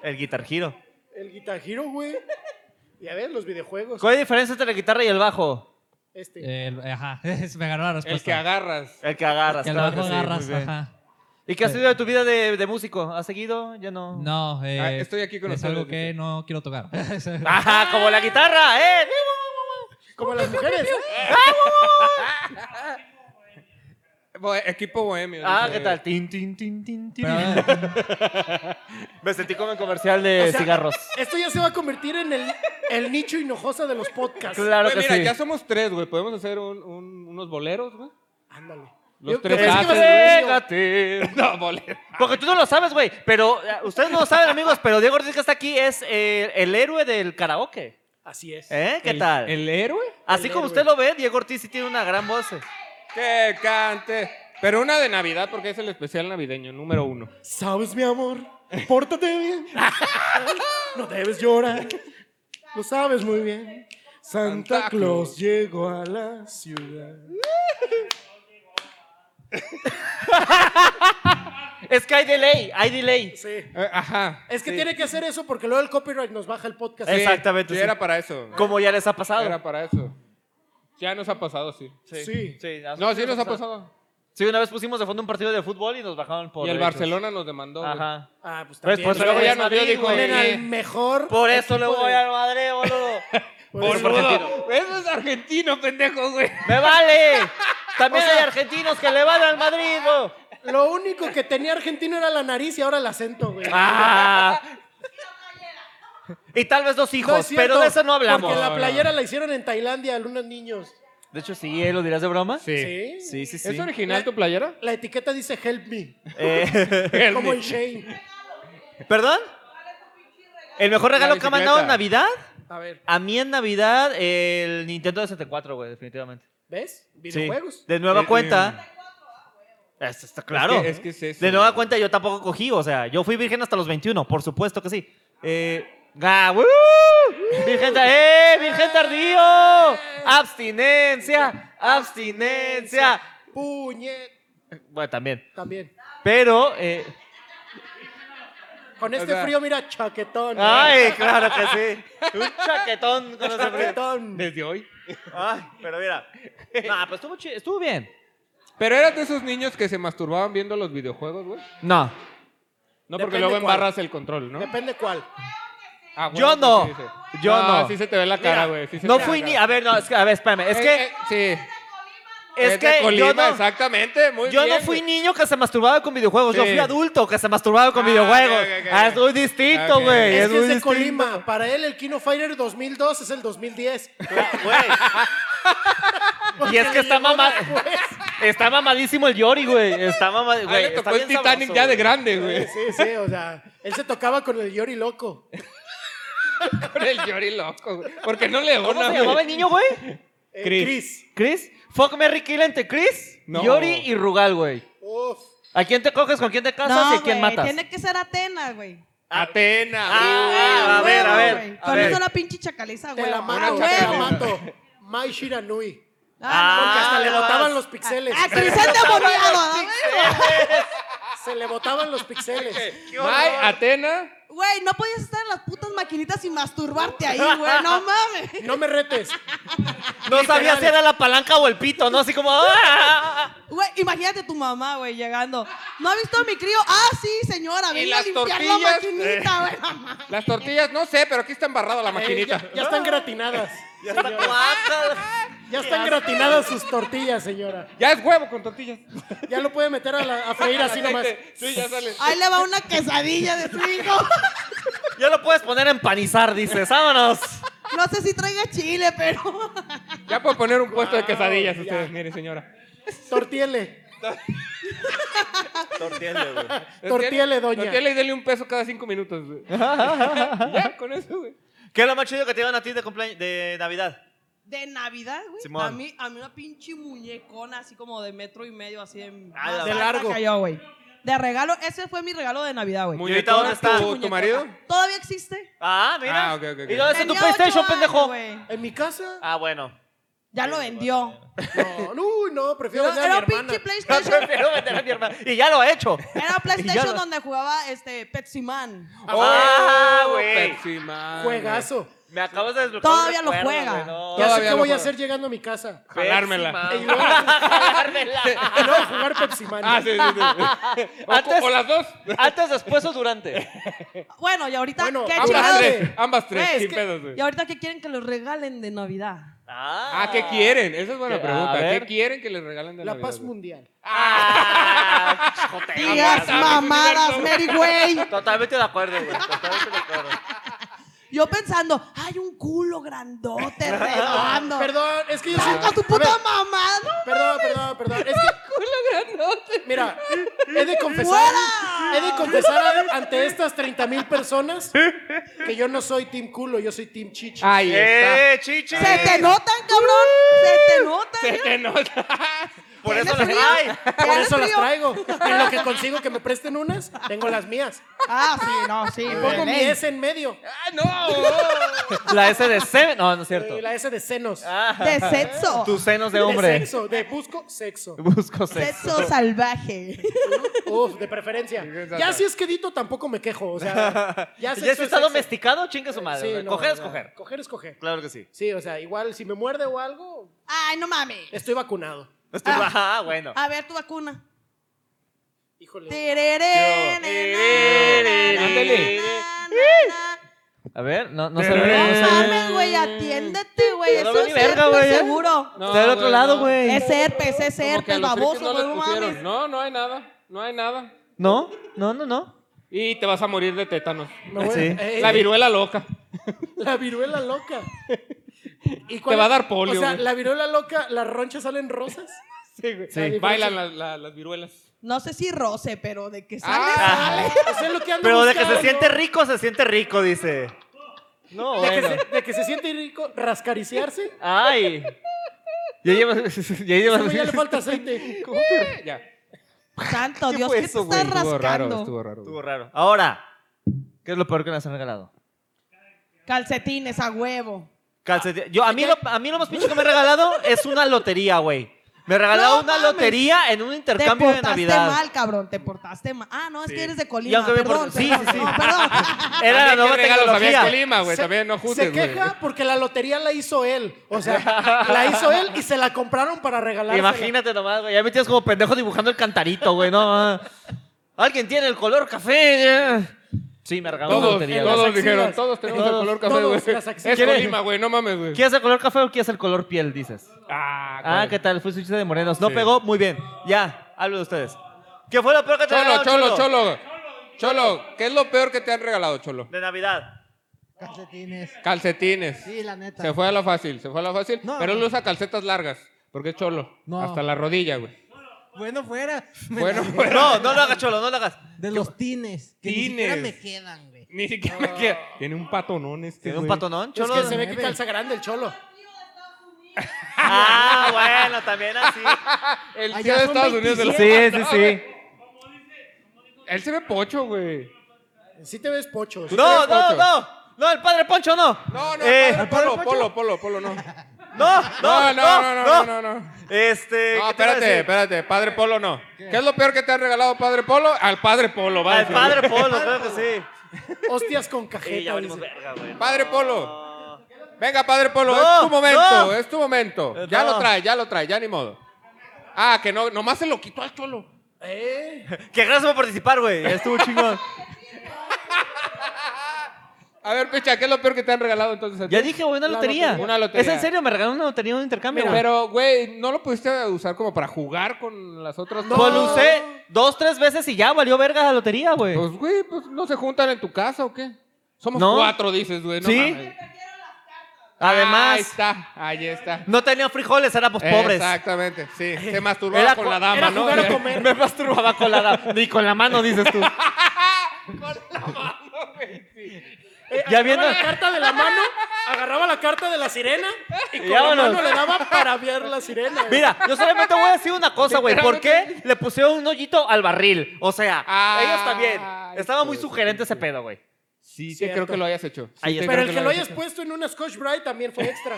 [SPEAKER 1] El Guitar Hero.
[SPEAKER 3] El Guitar Hero, güey. Ya ves, los videojuegos.
[SPEAKER 1] ¿Cuál es la diferencia entre la guitarra y el bajo?
[SPEAKER 3] Este.
[SPEAKER 4] El- ajá, <laughs> me agarró la respuesta.
[SPEAKER 2] El que agarras.
[SPEAKER 1] El que agarras.
[SPEAKER 4] El
[SPEAKER 1] claro
[SPEAKER 4] bajo
[SPEAKER 1] que sí,
[SPEAKER 4] agarras,
[SPEAKER 1] muy bien.
[SPEAKER 4] ajá.
[SPEAKER 1] ¿Y qué ha sido de tu vida de, de músico? ¿Has seguido? Ya no.
[SPEAKER 4] No, eh,
[SPEAKER 2] Ah, estoy aquí con
[SPEAKER 4] es
[SPEAKER 2] ustedes,
[SPEAKER 4] algo que
[SPEAKER 2] dice.
[SPEAKER 4] no quiero tocar.
[SPEAKER 1] <laughs> Ajá, como la guitarra, ¿eh?
[SPEAKER 3] Como las mujeres.
[SPEAKER 2] Bo- equipo bohemio.
[SPEAKER 1] Ah,
[SPEAKER 2] dice.
[SPEAKER 1] ¿qué tal? Tin, tin, tin, tin, tin.
[SPEAKER 4] Pero, eh,
[SPEAKER 1] Me sentí como en comercial de
[SPEAKER 3] O sea,
[SPEAKER 1] cigarros.
[SPEAKER 3] Esto ya se va a convertir en el, el nicho hinojosa de los podcasts.
[SPEAKER 1] Claro
[SPEAKER 2] Güey,
[SPEAKER 1] que
[SPEAKER 2] mira,
[SPEAKER 1] sí.
[SPEAKER 2] ya somos tres, güey. Podemos hacer un- un- unos boleros, güey.
[SPEAKER 3] Ándale.
[SPEAKER 2] Los
[SPEAKER 3] Yo-
[SPEAKER 2] tres
[SPEAKER 3] yo pensé que
[SPEAKER 2] haces,
[SPEAKER 3] ibas a decir,
[SPEAKER 1] Entrégate.
[SPEAKER 2] <laughs> No, boleros.
[SPEAKER 1] Porque tú no lo sabes, güey. Pero eh, ustedes no lo saben, amigos. Pero Diego Ortiz que está aquí es eh, el héroe del karaoke.
[SPEAKER 3] Así es.
[SPEAKER 1] ¿Eh? ¿Qué
[SPEAKER 2] El-
[SPEAKER 1] tal?
[SPEAKER 2] ¿El héroe?
[SPEAKER 1] Así
[SPEAKER 3] el
[SPEAKER 1] como
[SPEAKER 3] héroe.
[SPEAKER 1] usted lo ve, Diego Ortiz sí tiene una gran voz. eh.
[SPEAKER 2] Que cante. Pero una de Navidad, porque es el especial navideño, número uno.
[SPEAKER 3] Sabes, mi amor, pórtate bien. No debes llorar. Lo sabes muy bien. Santa
[SPEAKER 2] Santa
[SPEAKER 3] Claus
[SPEAKER 2] Claus.
[SPEAKER 3] llegó a la ciudad.
[SPEAKER 1] Es que hay delay, hay delay.
[SPEAKER 3] Sí.
[SPEAKER 2] Eh, ajá.
[SPEAKER 3] Es que tiene que hacer eso porque luego el copyright nos baja el podcast.
[SPEAKER 1] Eh, Exactamente,
[SPEAKER 2] Sí,
[SPEAKER 1] sí.
[SPEAKER 2] era para eso.
[SPEAKER 1] Como ya les ha pasado.
[SPEAKER 2] Era para eso. Ya nos ha pasado, sí.
[SPEAKER 3] Sí.
[SPEAKER 1] a
[SPEAKER 2] No,
[SPEAKER 1] nosotros
[SPEAKER 2] sí nos ha pasado.
[SPEAKER 1] Sí, una vez pusimos de fondo un partido de fútbol y nos bajaron por.
[SPEAKER 2] Y el
[SPEAKER 1] derechos.
[SPEAKER 2] Barcelona nos demandó. güey.
[SPEAKER 1] Ajá.
[SPEAKER 3] Ah,
[SPEAKER 1] Pues,
[SPEAKER 3] pues también.
[SPEAKER 1] pues,
[SPEAKER 3] ¿no?
[SPEAKER 1] luego ya
[SPEAKER 3] Es
[SPEAKER 1] nos vio,
[SPEAKER 3] Madrid,
[SPEAKER 1] dijo,
[SPEAKER 3] ponen
[SPEAKER 1] eh,
[SPEAKER 3] al mejor.
[SPEAKER 1] Por eso le
[SPEAKER 3] equipo
[SPEAKER 1] voy
[SPEAKER 3] de-
[SPEAKER 1] al madre, boludo.
[SPEAKER 3] <laughs> por
[SPEAKER 1] por
[SPEAKER 3] eso-
[SPEAKER 1] argentino.
[SPEAKER 2] Eso es argentino, pendejo, güey.
[SPEAKER 1] ¡Me vale!
[SPEAKER 3] <laughs>
[SPEAKER 1] También hay argentinos que le van al Madrid, bo.
[SPEAKER 3] Lo único que tenía Argentina era la nariz y ahora el acento, güey.
[SPEAKER 1] Ah. Y tal vez dos hijos,
[SPEAKER 3] No es cierto,
[SPEAKER 1] pero de eso no hablamos.
[SPEAKER 3] Porque la
[SPEAKER 2] No,
[SPEAKER 3] playera la hicieron en Tailandia algunos niños.
[SPEAKER 1] De hecho, sí, ¿eh? ¿lo dirás de broma?
[SPEAKER 3] Sí.
[SPEAKER 1] Sí, sí, sí.
[SPEAKER 2] ¿Es original tu <laughs> playera?
[SPEAKER 3] La etiqueta dice help me.
[SPEAKER 1] Eh,
[SPEAKER 3] Como en Shane.
[SPEAKER 1] <laughs> ¿Perdón? ¿El mejor regalo que ha mandado en
[SPEAKER 2] bicicleta.
[SPEAKER 1] Navidad?
[SPEAKER 3] A ver,
[SPEAKER 1] A mí en Navidad, el Nintendo 64, güey, definitivamente.
[SPEAKER 3] ¿ves?
[SPEAKER 1] Sí.
[SPEAKER 3] Videojuegos.
[SPEAKER 1] De nueva
[SPEAKER 2] Eh,
[SPEAKER 1] cuenta. Esto está claro.
[SPEAKER 2] Es que- es que es eso,
[SPEAKER 1] De nueva
[SPEAKER 2] güey.
[SPEAKER 1] cuenta yo tampoco cogí, o sea, yo fui virgen hasta los 21, por supuesto que sí. Eh, ga- ¡Woo! virgen, ta- ¡eh, virgen tardío! Abstinencia, abstinencia.
[SPEAKER 3] Puñet.
[SPEAKER 1] Bueno, también.
[SPEAKER 3] También.
[SPEAKER 1] Pero, eh,
[SPEAKER 3] Con este
[SPEAKER 2] sea-
[SPEAKER 3] frío, mira, chaquetón.
[SPEAKER 1] ay, claro que sí. Un chaquetón con ese frío.
[SPEAKER 3] Chaquetón.
[SPEAKER 2] Desde hoy.
[SPEAKER 1] Ay, pero mira. No, pero estuvo, chi- estuvo bien.
[SPEAKER 2] Pero eras de esos niños que se masturbaban viendo los videojuegos, güey.
[SPEAKER 1] No.
[SPEAKER 2] No, porque
[SPEAKER 3] Depende
[SPEAKER 2] luego
[SPEAKER 3] cuál.
[SPEAKER 2] embarras el control, ¿no?
[SPEAKER 3] Depende cuál.
[SPEAKER 2] Ah, güey,
[SPEAKER 1] Yo no.
[SPEAKER 2] sí, sí.
[SPEAKER 1] Yo
[SPEAKER 2] Ah,
[SPEAKER 1] no.
[SPEAKER 2] Sí se te ve la
[SPEAKER 1] Mira,
[SPEAKER 2] cara, güey. sí se
[SPEAKER 1] no
[SPEAKER 2] te ve
[SPEAKER 1] fui
[SPEAKER 2] la
[SPEAKER 1] ni.
[SPEAKER 2] cara.
[SPEAKER 1] A ver, no, es que, a ver, espérame. Es
[SPEAKER 2] Eh,
[SPEAKER 1] que,
[SPEAKER 2] eh, sí.
[SPEAKER 1] es
[SPEAKER 2] de
[SPEAKER 1] que
[SPEAKER 2] Colima,
[SPEAKER 1] yo no.
[SPEAKER 2] Exactamente, muy
[SPEAKER 1] Yo
[SPEAKER 2] bien,
[SPEAKER 1] no fui
[SPEAKER 2] güey.
[SPEAKER 1] niño que se masturbaba con videojuegos, yo
[SPEAKER 2] Sí.
[SPEAKER 1] fui adulto que se masturbaba con
[SPEAKER 2] Ah,
[SPEAKER 1] videojuegos.
[SPEAKER 2] ok, ok, ok.
[SPEAKER 1] Ah, es muy distinto,
[SPEAKER 2] Ok.
[SPEAKER 1] güey.
[SPEAKER 3] Es que
[SPEAKER 1] muy
[SPEAKER 3] es de
[SPEAKER 1] distinto.
[SPEAKER 3] Colima. Para él, el Kino Fighter 2002 es el 2010.
[SPEAKER 2] <laughs>
[SPEAKER 1] Y es que está mamá.
[SPEAKER 3] Pues,
[SPEAKER 1] Está mamadísimo el Yori, güey. Está mamadísimo.
[SPEAKER 2] Ah, le
[SPEAKER 1] Güey,
[SPEAKER 2] tocó
[SPEAKER 1] está
[SPEAKER 2] el
[SPEAKER 1] bien
[SPEAKER 2] Titanic
[SPEAKER 1] sabroso,
[SPEAKER 2] ya de
[SPEAKER 1] güey.
[SPEAKER 2] grande, güey.
[SPEAKER 3] <laughs>
[SPEAKER 2] <laughs>
[SPEAKER 3] sí, sí, o sea, él se tocaba con el Yori loco.
[SPEAKER 2] Con el Yori loco, güey. Porque no le
[SPEAKER 1] ¿Cómo
[SPEAKER 2] dona,
[SPEAKER 1] se
[SPEAKER 2] güey.
[SPEAKER 1] llamaba el niño, güey?
[SPEAKER 3] Eh,
[SPEAKER 2] Chris.
[SPEAKER 3] Chris.
[SPEAKER 1] ¿Chris? Fuck Mary Kill entre Chris,
[SPEAKER 2] No.
[SPEAKER 1] Yori y Rugal, güey.
[SPEAKER 3] Uf.
[SPEAKER 1] ¿A quién te coges, con quién te casas y a quién
[SPEAKER 5] güey,
[SPEAKER 1] matas?
[SPEAKER 5] Tiene que ser Atenas, güey.
[SPEAKER 2] Atena.
[SPEAKER 1] Ah, a ver, a ver,
[SPEAKER 5] Güey,
[SPEAKER 1] a
[SPEAKER 5] Con
[SPEAKER 1] ver.
[SPEAKER 5] eso la pinche chacaliza,
[SPEAKER 3] Te
[SPEAKER 5] güey.
[SPEAKER 3] la mato,
[SPEAKER 5] Ah,
[SPEAKER 3] te la
[SPEAKER 5] güey.
[SPEAKER 3] mato. Mai Shiranui.
[SPEAKER 5] Ah,
[SPEAKER 3] Porque hasta
[SPEAKER 1] Ah,
[SPEAKER 3] le
[SPEAKER 1] no
[SPEAKER 3] botaban
[SPEAKER 1] más.
[SPEAKER 3] los pixeles.
[SPEAKER 5] ah,
[SPEAKER 3] <laughs>
[SPEAKER 5] Crisante
[SPEAKER 1] <laughs>
[SPEAKER 5] demoniado.
[SPEAKER 3] Se le botaban los pixeles.
[SPEAKER 2] May, Atena.
[SPEAKER 5] Güey, no podías estar en las putas maquinitas sin masturbarte ahí, güey. No mames.
[SPEAKER 3] No me retes.
[SPEAKER 1] No sabía si era la palanca o el pito, ¿no? Así como. ¡ah!
[SPEAKER 5] Güey, imagínate tu mamá, güey, llegando. ¿No ha visto a mi crío? Ah, sí, señora. Vengo a
[SPEAKER 2] las
[SPEAKER 5] limpiar la
[SPEAKER 2] tortillas?
[SPEAKER 5] maquinita, güey. no mames.
[SPEAKER 2] Las tortillas, no sé, pero aquí está embarrada la
[SPEAKER 3] Eh,
[SPEAKER 2] maquinita.
[SPEAKER 3] ya, ya están gratinadas.
[SPEAKER 1] Ya está
[SPEAKER 3] señora.
[SPEAKER 1] guácala.
[SPEAKER 3] Ya están gratinadas sus tortillas, señora.
[SPEAKER 2] <laughs> Ya es huevo con tortillas.
[SPEAKER 3] Ya lo puede meter a, la- a freír así nomás.
[SPEAKER 2] <laughs> Sí, ya sale.
[SPEAKER 1] Ah.
[SPEAKER 5] Ahí le va una quesadilla de su hijo. <laughs>
[SPEAKER 1] Ya lo puedes poner a empanizar, dices. Vámonos.
[SPEAKER 5] No sé si traiga chile, pero.
[SPEAKER 2] Ya puedo poner un
[SPEAKER 1] Ah,
[SPEAKER 2] puesto de quesadillas
[SPEAKER 3] ya.
[SPEAKER 2] ustedes, mire, señora.
[SPEAKER 3] Tortiele.
[SPEAKER 1] Tortiele, güey.
[SPEAKER 3] Tortiele, doña.
[SPEAKER 2] Tortiele y dele un peso cada cinco minutos. güey. ya, con eso, güey.
[SPEAKER 1] <laughs> ¿Qué es lo más chido que te iban a ti de, cumpleaños, de Navidad?
[SPEAKER 5] De Navidad, güey.
[SPEAKER 1] Simón.
[SPEAKER 5] A mí, a mí una pinche muñecona así como de metro y medio, así de,
[SPEAKER 1] Ah, la
[SPEAKER 5] más
[SPEAKER 1] de
[SPEAKER 5] alta
[SPEAKER 3] largo.
[SPEAKER 5] que yo, güey. de regalo. Ese fue mi regalo de Navidad, güey.
[SPEAKER 1] ¿Y ahorita dónde está?
[SPEAKER 2] ¿Tu- ¿Tu marido?
[SPEAKER 5] Todavía existe.
[SPEAKER 1] Ah, mira.
[SPEAKER 2] Ah, ok, ok, ok.
[SPEAKER 1] ¿Y dónde está tu
[SPEAKER 5] Tenía ocho
[SPEAKER 1] PlayStation,
[SPEAKER 5] años,
[SPEAKER 1] pendejo?
[SPEAKER 5] güey.
[SPEAKER 3] En mi casa.
[SPEAKER 1] Ah, bueno. <laughs>
[SPEAKER 5] Ya lo vendió.
[SPEAKER 3] No, no, uy, no, prefiero
[SPEAKER 5] Era,
[SPEAKER 3] que sea
[SPEAKER 5] era
[SPEAKER 3] mi
[SPEAKER 5] un
[SPEAKER 3] <laughs>
[SPEAKER 5] pinche
[SPEAKER 3] hermana.
[SPEAKER 1] Yo
[SPEAKER 5] PlayStation.
[SPEAKER 1] prefiero meter a mi hermana. Y ya lo he hecho.
[SPEAKER 5] Era
[SPEAKER 1] Y ya
[SPEAKER 5] PlayStation
[SPEAKER 1] lo-
[SPEAKER 5] donde jugaba este Pepsi Man.
[SPEAKER 1] Ah,
[SPEAKER 2] Oh,
[SPEAKER 1] güey.
[SPEAKER 2] Pepsi Man,
[SPEAKER 3] Juegazo.
[SPEAKER 1] Me acabas de desbloquear.
[SPEAKER 5] Todavía
[SPEAKER 1] un
[SPEAKER 5] lo
[SPEAKER 1] recuerdo,
[SPEAKER 5] juega.
[SPEAKER 1] güey, no.
[SPEAKER 3] Ya sé
[SPEAKER 2] Todavía
[SPEAKER 3] qué
[SPEAKER 2] lo
[SPEAKER 3] voy a
[SPEAKER 2] juego.
[SPEAKER 3] hacer llegando a mi casa.
[SPEAKER 1] Pepsi <laughs>
[SPEAKER 2] Jalármela.
[SPEAKER 1] Man.
[SPEAKER 3] Y luego-
[SPEAKER 1] <laughs> Jalármela.
[SPEAKER 3] Y luego jugar Pepsi Man.
[SPEAKER 2] Ah, sí, sí,
[SPEAKER 5] <laughs>
[SPEAKER 2] sí. O,
[SPEAKER 1] Antes-
[SPEAKER 2] o las dos.
[SPEAKER 1] Antes, después o durante.
[SPEAKER 5] Bueno, y ahorita
[SPEAKER 3] Bueno,
[SPEAKER 5] qué
[SPEAKER 3] ambas
[SPEAKER 5] chingados.
[SPEAKER 2] tres, ambas tres,
[SPEAKER 5] Güey, es
[SPEAKER 2] sin
[SPEAKER 5] que-
[SPEAKER 2] pedos, güey.
[SPEAKER 5] Y ahorita qué quieren que los regalen de Navidad.
[SPEAKER 1] Ah,
[SPEAKER 2] Ah, ¿qué quieren? Esa es buena
[SPEAKER 1] Que- a
[SPEAKER 2] pregunta.
[SPEAKER 1] ver.
[SPEAKER 2] ¿Qué quieren que les regalen de
[SPEAKER 3] La
[SPEAKER 2] Navidad,
[SPEAKER 3] paz
[SPEAKER 2] güey?
[SPEAKER 3] mundial.
[SPEAKER 1] Ah, joder,
[SPEAKER 5] Digas
[SPEAKER 1] aguanta.
[SPEAKER 5] mamadas, Mary güey.
[SPEAKER 1] Totalmente de acuerdo, güey. Totalmente de acuerdo.
[SPEAKER 5] Yo pensando, hay un culo grandote redondo.
[SPEAKER 3] Ah, Perdón, es que yo soy.
[SPEAKER 5] Saca Ah. tu
[SPEAKER 3] A ver,
[SPEAKER 5] puta mamada. ¿no?
[SPEAKER 3] Perdón, perdón, perdón. Es que,
[SPEAKER 5] <laughs> Culo grandote.
[SPEAKER 3] mira, he de confesar.
[SPEAKER 5] ¡Fuera!
[SPEAKER 3] He de confesar a- ante estas 30 mil personas que yo no soy Team Culo, yo soy Team Chichi.
[SPEAKER 5] Ah.
[SPEAKER 2] Ahí está.
[SPEAKER 1] ¡Eh, chichi!
[SPEAKER 5] Se te notan, cabrón. Se te notan.
[SPEAKER 2] Se
[SPEAKER 5] ¿eh?
[SPEAKER 2] te <laughs> nota.
[SPEAKER 1] Por eso las
[SPEAKER 5] ¿Tienes frío?
[SPEAKER 1] trae.
[SPEAKER 3] Por
[SPEAKER 5] ¿Tienes
[SPEAKER 3] eso las
[SPEAKER 5] frío? <laughs>
[SPEAKER 3] traigo. En lo que consigo que me presten unas, tengo las mías.
[SPEAKER 5] Ah, sí, no, sí.
[SPEAKER 3] Y
[SPEAKER 5] de
[SPEAKER 3] pongo mi
[SPEAKER 5] ley.
[SPEAKER 3] S en medio.
[SPEAKER 5] <laughs>
[SPEAKER 1] La S de semen. No, no es cierto.
[SPEAKER 3] Y la S de senos.
[SPEAKER 5] De sexo.
[SPEAKER 1] Tus senos de
[SPEAKER 3] De
[SPEAKER 1] este hombre.
[SPEAKER 3] sexo, de busco
[SPEAKER 1] <laughs>
[SPEAKER 3] sexo.
[SPEAKER 1] Busco
[SPEAKER 5] <laughs>
[SPEAKER 1] sexo.
[SPEAKER 5] Sexo salvaje.
[SPEAKER 3] Uf, de preferencia. Ya si es quedito tampoco me quejo.
[SPEAKER 1] <laughs>
[SPEAKER 3] O sea, ya
[SPEAKER 1] Si
[SPEAKER 3] sexo
[SPEAKER 1] ya
[SPEAKER 3] es
[SPEAKER 1] si está
[SPEAKER 3] sexo.
[SPEAKER 1] domesticado, chinga su madre.
[SPEAKER 3] Sí,
[SPEAKER 1] o sea,
[SPEAKER 3] no,
[SPEAKER 1] coger es
[SPEAKER 3] o sea,
[SPEAKER 1] coger.
[SPEAKER 3] Coger es coger.
[SPEAKER 1] Claro que sí.
[SPEAKER 3] Sí, o sea, igual si me muerde o algo,
[SPEAKER 5] Ay, no mames.
[SPEAKER 3] estoy vacunado.
[SPEAKER 1] Estoy- Ah, bueno.
[SPEAKER 5] A ver tu vacuna.
[SPEAKER 3] Híjole.
[SPEAKER 5] Tereré,
[SPEAKER 1] Tereré,
[SPEAKER 5] nena,
[SPEAKER 1] ándale.
[SPEAKER 5] nena, nena.
[SPEAKER 1] A ver, no, no se
[SPEAKER 2] Pero-
[SPEAKER 1] ve.
[SPEAKER 5] No
[SPEAKER 1] No se ve.
[SPEAKER 5] mames, güey, atiéndete, güey.
[SPEAKER 1] No
[SPEAKER 5] Eso
[SPEAKER 1] veo ni
[SPEAKER 5] es
[SPEAKER 1] verga,
[SPEAKER 5] herpes
[SPEAKER 1] güey, ¿eh?
[SPEAKER 5] seguro.
[SPEAKER 2] No,
[SPEAKER 1] está del otro
[SPEAKER 2] güey,
[SPEAKER 1] lado,
[SPEAKER 2] no.
[SPEAKER 1] güey.
[SPEAKER 5] Es herpes, es
[SPEAKER 2] Como que a
[SPEAKER 5] herpes,
[SPEAKER 2] los frikis
[SPEAKER 5] baboso, güey, no
[SPEAKER 2] no les pusieron.
[SPEAKER 5] mames.
[SPEAKER 2] No, no hay nada. No hay nada.
[SPEAKER 1] No, no, no, no.
[SPEAKER 2] Y te vas a morir de tétanos.
[SPEAKER 3] Me voy-
[SPEAKER 1] Sí.
[SPEAKER 3] <laughs> eh,
[SPEAKER 2] La viruela loca.
[SPEAKER 3] la viruela
[SPEAKER 1] <laughs>
[SPEAKER 3] loca. ¿Y
[SPEAKER 2] Te va a dar polio,
[SPEAKER 3] O sea,
[SPEAKER 2] güey.
[SPEAKER 3] la viruela loca, las ronchas salen rosas.
[SPEAKER 1] <laughs>
[SPEAKER 2] Sí, güey.
[SPEAKER 3] Sí.
[SPEAKER 2] Bailan las- las- las viruelas.
[SPEAKER 5] No sé si roce, pero de que sale.
[SPEAKER 2] Ah.
[SPEAKER 3] O sea, es lo que ando
[SPEAKER 1] Pero de que se
[SPEAKER 3] buscando.
[SPEAKER 1] siente rico, se siente rico, dice. No,
[SPEAKER 3] De que,
[SPEAKER 1] bueno.
[SPEAKER 3] se, de que se siente rico
[SPEAKER 1] <laughs>
[SPEAKER 3] rascariciarse.
[SPEAKER 1] Ay. <laughs> Ya llevas. Ya
[SPEAKER 3] <laughs>
[SPEAKER 1] llevas.
[SPEAKER 3] Luego ya le falta aceite.
[SPEAKER 2] Eh, Ya.
[SPEAKER 5] Santo
[SPEAKER 1] ¿Qué
[SPEAKER 5] Dios,
[SPEAKER 1] fue
[SPEAKER 5] ¿qué te
[SPEAKER 1] eso,
[SPEAKER 5] estás
[SPEAKER 1] güey?
[SPEAKER 5] rascando?
[SPEAKER 2] raro.
[SPEAKER 1] Estuvo raro. <laughs> Ahora, ¿qué es lo peor que nos han regalado?
[SPEAKER 5] Calcetines a huevo.
[SPEAKER 1] Calcetín. Yo, a, mí lo, a mí lo más pinche que me han regalado es una lotería, güey. Me regalaron
[SPEAKER 5] No
[SPEAKER 1] una
[SPEAKER 5] mames.
[SPEAKER 1] lotería en un
[SPEAKER 5] Te
[SPEAKER 1] intercambio de
[SPEAKER 5] portaste
[SPEAKER 1] Navidad.
[SPEAKER 5] mal, cabrón, te portaste mal. Ah, no, es que eres de
[SPEAKER 1] Y
[SPEAKER 5] Colima,
[SPEAKER 1] aunque me
[SPEAKER 5] perdón,
[SPEAKER 1] porté- sí,
[SPEAKER 5] perdón,
[SPEAKER 1] sí, sí.
[SPEAKER 5] no,
[SPEAKER 1] <laughs> Era
[SPEAKER 5] perdón.
[SPEAKER 1] la
[SPEAKER 2] También
[SPEAKER 1] nueva
[SPEAKER 2] qué regalos había en
[SPEAKER 1] tecnología.
[SPEAKER 2] Colima, güey.
[SPEAKER 3] Se-
[SPEAKER 2] También no juzgues,
[SPEAKER 3] Se
[SPEAKER 2] güey.
[SPEAKER 3] queja porque la lotería la hizo él. O sea, la hizo él y se la compraron para regalar.
[SPEAKER 1] Imagínate nomás, güey. Ya me tienes como pendejo dibujando el cantarito, güey. No, ah. ¿Alguien tiene el color café? Eh. Sí, me regalaron una
[SPEAKER 2] Todos,
[SPEAKER 1] lotería.
[SPEAKER 2] todos
[SPEAKER 1] güey.
[SPEAKER 3] axilas.
[SPEAKER 2] dijeron, todos tenemos
[SPEAKER 1] Todos,
[SPEAKER 2] el color
[SPEAKER 3] todos,
[SPEAKER 2] café, güey.
[SPEAKER 3] las
[SPEAKER 2] Es
[SPEAKER 3] axilas.
[SPEAKER 2] Colima, güey, no mames, güey.
[SPEAKER 1] ¿Quieres el color café o quieres el color piel, dices?
[SPEAKER 2] Ah,
[SPEAKER 1] Ah, ¿qué tal? Fue su chiste de morenos. No pegó, muy bien. Ya, hablo de ustedes. ¿Qué fue lo peor que te
[SPEAKER 2] Cholo,
[SPEAKER 1] regalaron,
[SPEAKER 2] cholo, cholo. Cholo, ¿qué es lo peor que te han regalado, Cholo?
[SPEAKER 1] De Navidad.
[SPEAKER 6] Calcetines.
[SPEAKER 2] Calcetines.
[SPEAKER 6] Sí, la neta.
[SPEAKER 2] Se fue a la fácil, se fue a la fácil.
[SPEAKER 6] No.
[SPEAKER 2] pero él usa calcetas largas, porque es cholo.
[SPEAKER 6] No.
[SPEAKER 2] Hasta la rodilla, güey.
[SPEAKER 6] Bueno, fuera. Me <laughs>
[SPEAKER 2] Bueno,
[SPEAKER 6] la-
[SPEAKER 2] bueno.
[SPEAKER 1] No, no lo hagas, Cholo, no lo hagas.
[SPEAKER 6] De los tines. Que
[SPEAKER 2] Tines.
[SPEAKER 6] Ni siquiera me quedan, güey.
[SPEAKER 2] Ni siquiera me queda. Tiene un patonón este,
[SPEAKER 1] ¿Tiene un
[SPEAKER 2] güey.
[SPEAKER 1] patonón,
[SPEAKER 3] Es
[SPEAKER 1] Cholo?
[SPEAKER 3] que se ve que calza grande el cholo.
[SPEAKER 1] Ah, bueno, también así.
[SPEAKER 2] El
[SPEAKER 6] Allá
[SPEAKER 2] tío de
[SPEAKER 6] son
[SPEAKER 2] Estados Unidos de los
[SPEAKER 6] 27.
[SPEAKER 2] No, güey. Él se ve pocho, güey.
[SPEAKER 3] Sí te ves pocho.
[SPEAKER 2] Tú
[SPEAKER 1] No,
[SPEAKER 2] te ves
[SPEAKER 1] no,
[SPEAKER 2] pocho.
[SPEAKER 1] no. No, el padre Poncho no.
[SPEAKER 2] No, no,
[SPEAKER 1] Eh,
[SPEAKER 2] padre, polo, polo, polo,
[SPEAKER 6] <laughs>
[SPEAKER 2] polo,
[SPEAKER 1] no,
[SPEAKER 2] no.
[SPEAKER 1] no,
[SPEAKER 2] No, no, no, no, no, no.
[SPEAKER 1] Este.
[SPEAKER 2] No,
[SPEAKER 1] ¿qué te iba a
[SPEAKER 2] espérate,
[SPEAKER 1] decir?
[SPEAKER 2] espérate, padre Polo no. ¿Qué? es lo peor que te ha regalado padre Polo? Al padre Polo, va. a
[SPEAKER 1] Al
[SPEAKER 2] decir.
[SPEAKER 1] padre Polo, creo que sí.
[SPEAKER 3] Hostias con
[SPEAKER 1] Sí, ya
[SPEAKER 3] cajeta.
[SPEAKER 1] valimos
[SPEAKER 3] dice.
[SPEAKER 1] verga, güey.
[SPEAKER 2] Padre Polo. Venga, padre Polo,
[SPEAKER 1] No,
[SPEAKER 2] es tu momento,
[SPEAKER 1] no.
[SPEAKER 2] es tu momento.
[SPEAKER 1] Eh,
[SPEAKER 2] Ya
[SPEAKER 1] no.
[SPEAKER 2] lo trae, ya lo trae, ya ni modo. Ah, que no, nomás se lo quitó al cholo.
[SPEAKER 3] Eh,
[SPEAKER 1] Que gracias por participar, güey. Estuvo chingón.
[SPEAKER 2] A ver, Picha, ¿qué es lo peor que te han regalado entonces? a ti?
[SPEAKER 1] <laughs> Ya dije, güey, una
[SPEAKER 3] La
[SPEAKER 1] lotería.
[SPEAKER 3] lotería.
[SPEAKER 2] Una lotería.
[SPEAKER 1] Es en serio, Ah, me regalaron una lotería en un intercambio, güey.
[SPEAKER 2] Pero, güey, ¿no lo pudiste usar como para jugar con las otras?
[SPEAKER 3] No.
[SPEAKER 1] Pues lo
[SPEAKER 2] cosas?
[SPEAKER 1] usé dos, tres veces y ya valió verga la lotería, güey.
[SPEAKER 2] Pues, güey, pues, ¿no se juntan en tu casa o qué? Somos
[SPEAKER 1] No.
[SPEAKER 2] cuatro, dices, güey. No
[SPEAKER 1] Sí.
[SPEAKER 2] mames.
[SPEAKER 1] Además,
[SPEAKER 2] Ahí está, ahí está.
[SPEAKER 1] no tenía frijoles, éramos pobres. Eh,
[SPEAKER 2] Exactamente, sí. Se masturbaba
[SPEAKER 1] Era
[SPEAKER 2] con
[SPEAKER 1] cu-
[SPEAKER 2] la dama,
[SPEAKER 3] era
[SPEAKER 2] ¿no?
[SPEAKER 3] jugar a
[SPEAKER 1] <laughs>
[SPEAKER 3] comer.
[SPEAKER 1] Me masturbaba con la dama. Ni con la mano, dices tú.
[SPEAKER 2] <laughs> Con la mano, güey, sí.
[SPEAKER 3] eh,
[SPEAKER 1] Ya
[SPEAKER 3] acaba
[SPEAKER 1] viendo-
[SPEAKER 3] la carta de la mano, agarraba la carta de la sirena y con
[SPEAKER 1] Y
[SPEAKER 3] la
[SPEAKER 1] vámonos.
[SPEAKER 3] mano le daba para ver la sirena. güey.
[SPEAKER 1] Mira, yo solamente voy a decir una cosa, güey. ¿Por qué le pusieron un hoyito al barril? O sea,
[SPEAKER 2] Ah,
[SPEAKER 1] ellos también. Estaba muy
[SPEAKER 2] pues,
[SPEAKER 1] sugerente ese pedo, güey.
[SPEAKER 2] Sí, te
[SPEAKER 3] Cierto.
[SPEAKER 2] creo que lo hayas hecho. Sí
[SPEAKER 1] Ahí
[SPEAKER 2] te
[SPEAKER 1] está.
[SPEAKER 3] Pero
[SPEAKER 2] creo
[SPEAKER 3] el que lo
[SPEAKER 2] hayas
[SPEAKER 3] hayas puesto en una Scotch Brite también fue extra.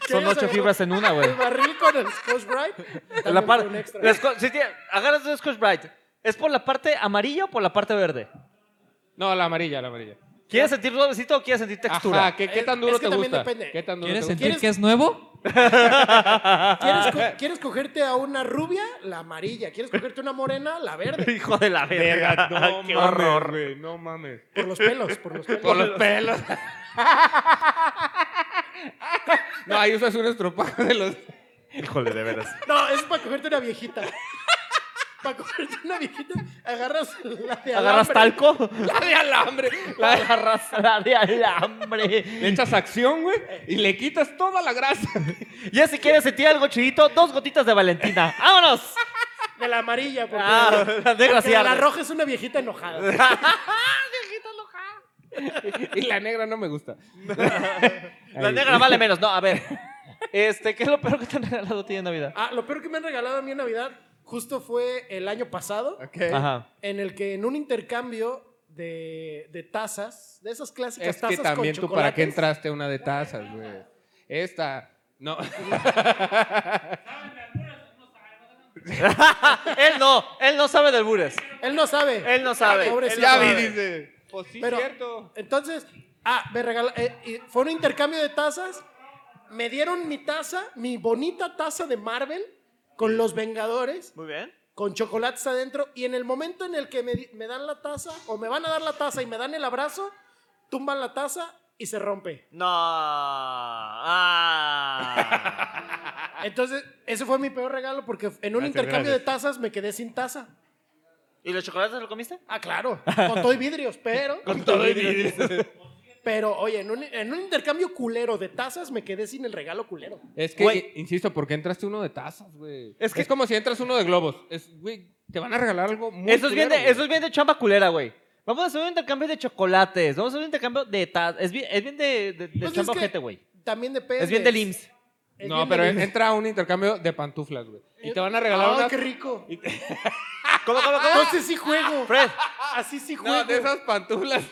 [SPEAKER 3] Que
[SPEAKER 1] Son
[SPEAKER 3] hayas
[SPEAKER 1] ocho
[SPEAKER 3] agarrado
[SPEAKER 1] fibras en una, güey.
[SPEAKER 3] El barril con el Scotch Brite. <laughs> también
[SPEAKER 1] La par-
[SPEAKER 3] fue un extra.
[SPEAKER 1] la Sco- sí, tiene- agarras un Scotch Brite. ¿Es por la parte amarilla o por la parte verde?
[SPEAKER 2] hecho. No, la amarilla, la amarilla.
[SPEAKER 1] ¿Quieres sentir suavecito o quieres sentir textura?
[SPEAKER 2] Ajá, ¿qué, qué
[SPEAKER 3] Es-
[SPEAKER 2] tan duro
[SPEAKER 3] es que
[SPEAKER 2] te
[SPEAKER 3] también
[SPEAKER 2] gusta?
[SPEAKER 3] depende.
[SPEAKER 2] ¿Qué tan duro
[SPEAKER 4] ¿Quieres
[SPEAKER 2] te gusta?
[SPEAKER 4] sentir que es nuevo?
[SPEAKER 2] Ah.
[SPEAKER 3] ¿Quieres, co- quieres cogerte a una rubia? La amarilla. ¿Quieres cogerte una morena? La verde.
[SPEAKER 1] <laughs> Hijo de la verga. <laughs>
[SPEAKER 2] No
[SPEAKER 1] Qué
[SPEAKER 2] mames,
[SPEAKER 1] horror.
[SPEAKER 2] güey, no mames.
[SPEAKER 3] Por los pelos, por los pelos.
[SPEAKER 2] Por los pelos. <laughs> no, ahí usas un estropajo de los... <laughs>
[SPEAKER 1] Híjole, de veras.
[SPEAKER 3] No, es para cogerte una viejita. Para cogerte una viejita, agarras la de
[SPEAKER 1] ¿Agarras
[SPEAKER 3] alambre.
[SPEAKER 1] talco?
[SPEAKER 2] La de alambre.
[SPEAKER 1] La <laughs> agarras la de alambre.
[SPEAKER 2] Le echas acción, güey, y le quitas toda la grasa. <laughs>
[SPEAKER 1] Ya si quieres sentir algo chidito, dos gotitas de Valentina. ¡Vámonos!
[SPEAKER 3] De la amarilla, porque,
[SPEAKER 1] Ah, la negra sí
[SPEAKER 3] porque de la
[SPEAKER 1] arde.
[SPEAKER 3] roja es una viejita
[SPEAKER 2] <laughs>
[SPEAKER 3] enojada.
[SPEAKER 2] Y la negra no me gusta.
[SPEAKER 1] La
[SPEAKER 2] Ahí.
[SPEAKER 1] negra vale menos. No, a ver. <laughs> Este, ¿qué es lo peor que te han regalado tiene en Navidad?
[SPEAKER 3] Ah, lo peor que me han regalado a mí en Navidad justo fue el año pasado,
[SPEAKER 1] Ajá.
[SPEAKER 3] en el que en un intercambio de, de tazas, de esas clásicas
[SPEAKER 2] Es que
[SPEAKER 3] tazas
[SPEAKER 2] también
[SPEAKER 3] con
[SPEAKER 2] tú, ¿para qué
[SPEAKER 3] chocolates.
[SPEAKER 2] entraste a una de tazas, güey? Esta, no.
[SPEAKER 1] <laughs> él no, él no sabe del bures.
[SPEAKER 3] Él no sabe.
[SPEAKER 1] Él no sabe.
[SPEAKER 2] <laughs>
[SPEAKER 3] Pobrecito.
[SPEAKER 1] Él no sabe.
[SPEAKER 2] dice. Pues sí,
[SPEAKER 3] Pero,
[SPEAKER 2] cierto.
[SPEAKER 3] entonces, ah, me regaló, eh, y fue un intercambio de tazas. Me dieron mi taza, mi bonita taza de Marvel con los Vengadores,
[SPEAKER 1] Muy bien.
[SPEAKER 3] con chocolates adentro. Y en el momento en el que me, di- me dan la taza, o me van a dar la taza y me dan el abrazo, tumban la taza y se rompe.
[SPEAKER 1] No. Ah.
[SPEAKER 3] Entonces, ese fue mi peor regalo porque en un
[SPEAKER 2] Gracias,
[SPEAKER 3] intercambio
[SPEAKER 2] gracias.
[SPEAKER 3] de tazas me quedé sin taza.
[SPEAKER 1] ¿Y los chocolates lo comiste?
[SPEAKER 3] Ah,
[SPEAKER 2] <laughs>
[SPEAKER 3] claro, con todo y vidrios, pero.
[SPEAKER 1] Con todo y vidrio.
[SPEAKER 3] Pero, oye, en un, en un intercambio culero de tazas me quedé sin el regalo culero.
[SPEAKER 2] Es que,
[SPEAKER 1] Güey.
[SPEAKER 2] insisto, ¿por qué entraste uno de tazas, güey?
[SPEAKER 1] Es
[SPEAKER 2] Es,
[SPEAKER 1] que-
[SPEAKER 2] como si entras uno de globos. Es, güey, te van a regalar algo muy
[SPEAKER 1] Eso es, bien
[SPEAKER 2] culero,
[SPEAKER 1] de,
[SPEAKER 2] güey.
[SPEAKER 1] eso es bien de chamba culera, güey. Vamos a hacer un intercambio de chocolates. Vamos a hacer un intercambio de tazas. Es bien, es bien de, de, de
[SPEAKER 3] Pues es
[SPEAKER 1] chamba
[SPEAKER 3] que
[SPEAKER 1] ojete, güey.
[SPEAKER 3] También depende.
[SPEAKER 1] Es bien del IMSS.
[SPEAKER 3] Es
[SPEAKER 2] No,
[SPEAKER 3] bien
[SPEAKER 2] pero
[SPEAKER 3] del-
[SPEAKER 2] entra a un intercambio de pantuflas, güey. Y te van a regalar
[SPEAKER 3] Ay,
[SPEAKER 2] unas...
[SPEAKER 3] qué rico. Ah,
[SPEAKER 1] ¿Cómo, cómo, cómo?
[SPEAKER 3] Entonces sí juego.
[SPEAKER 1] ¡Ah! Fred.
[SPEAKER 3] Así sí juego.
[SPEAKER 2] No, de esas pantuflas.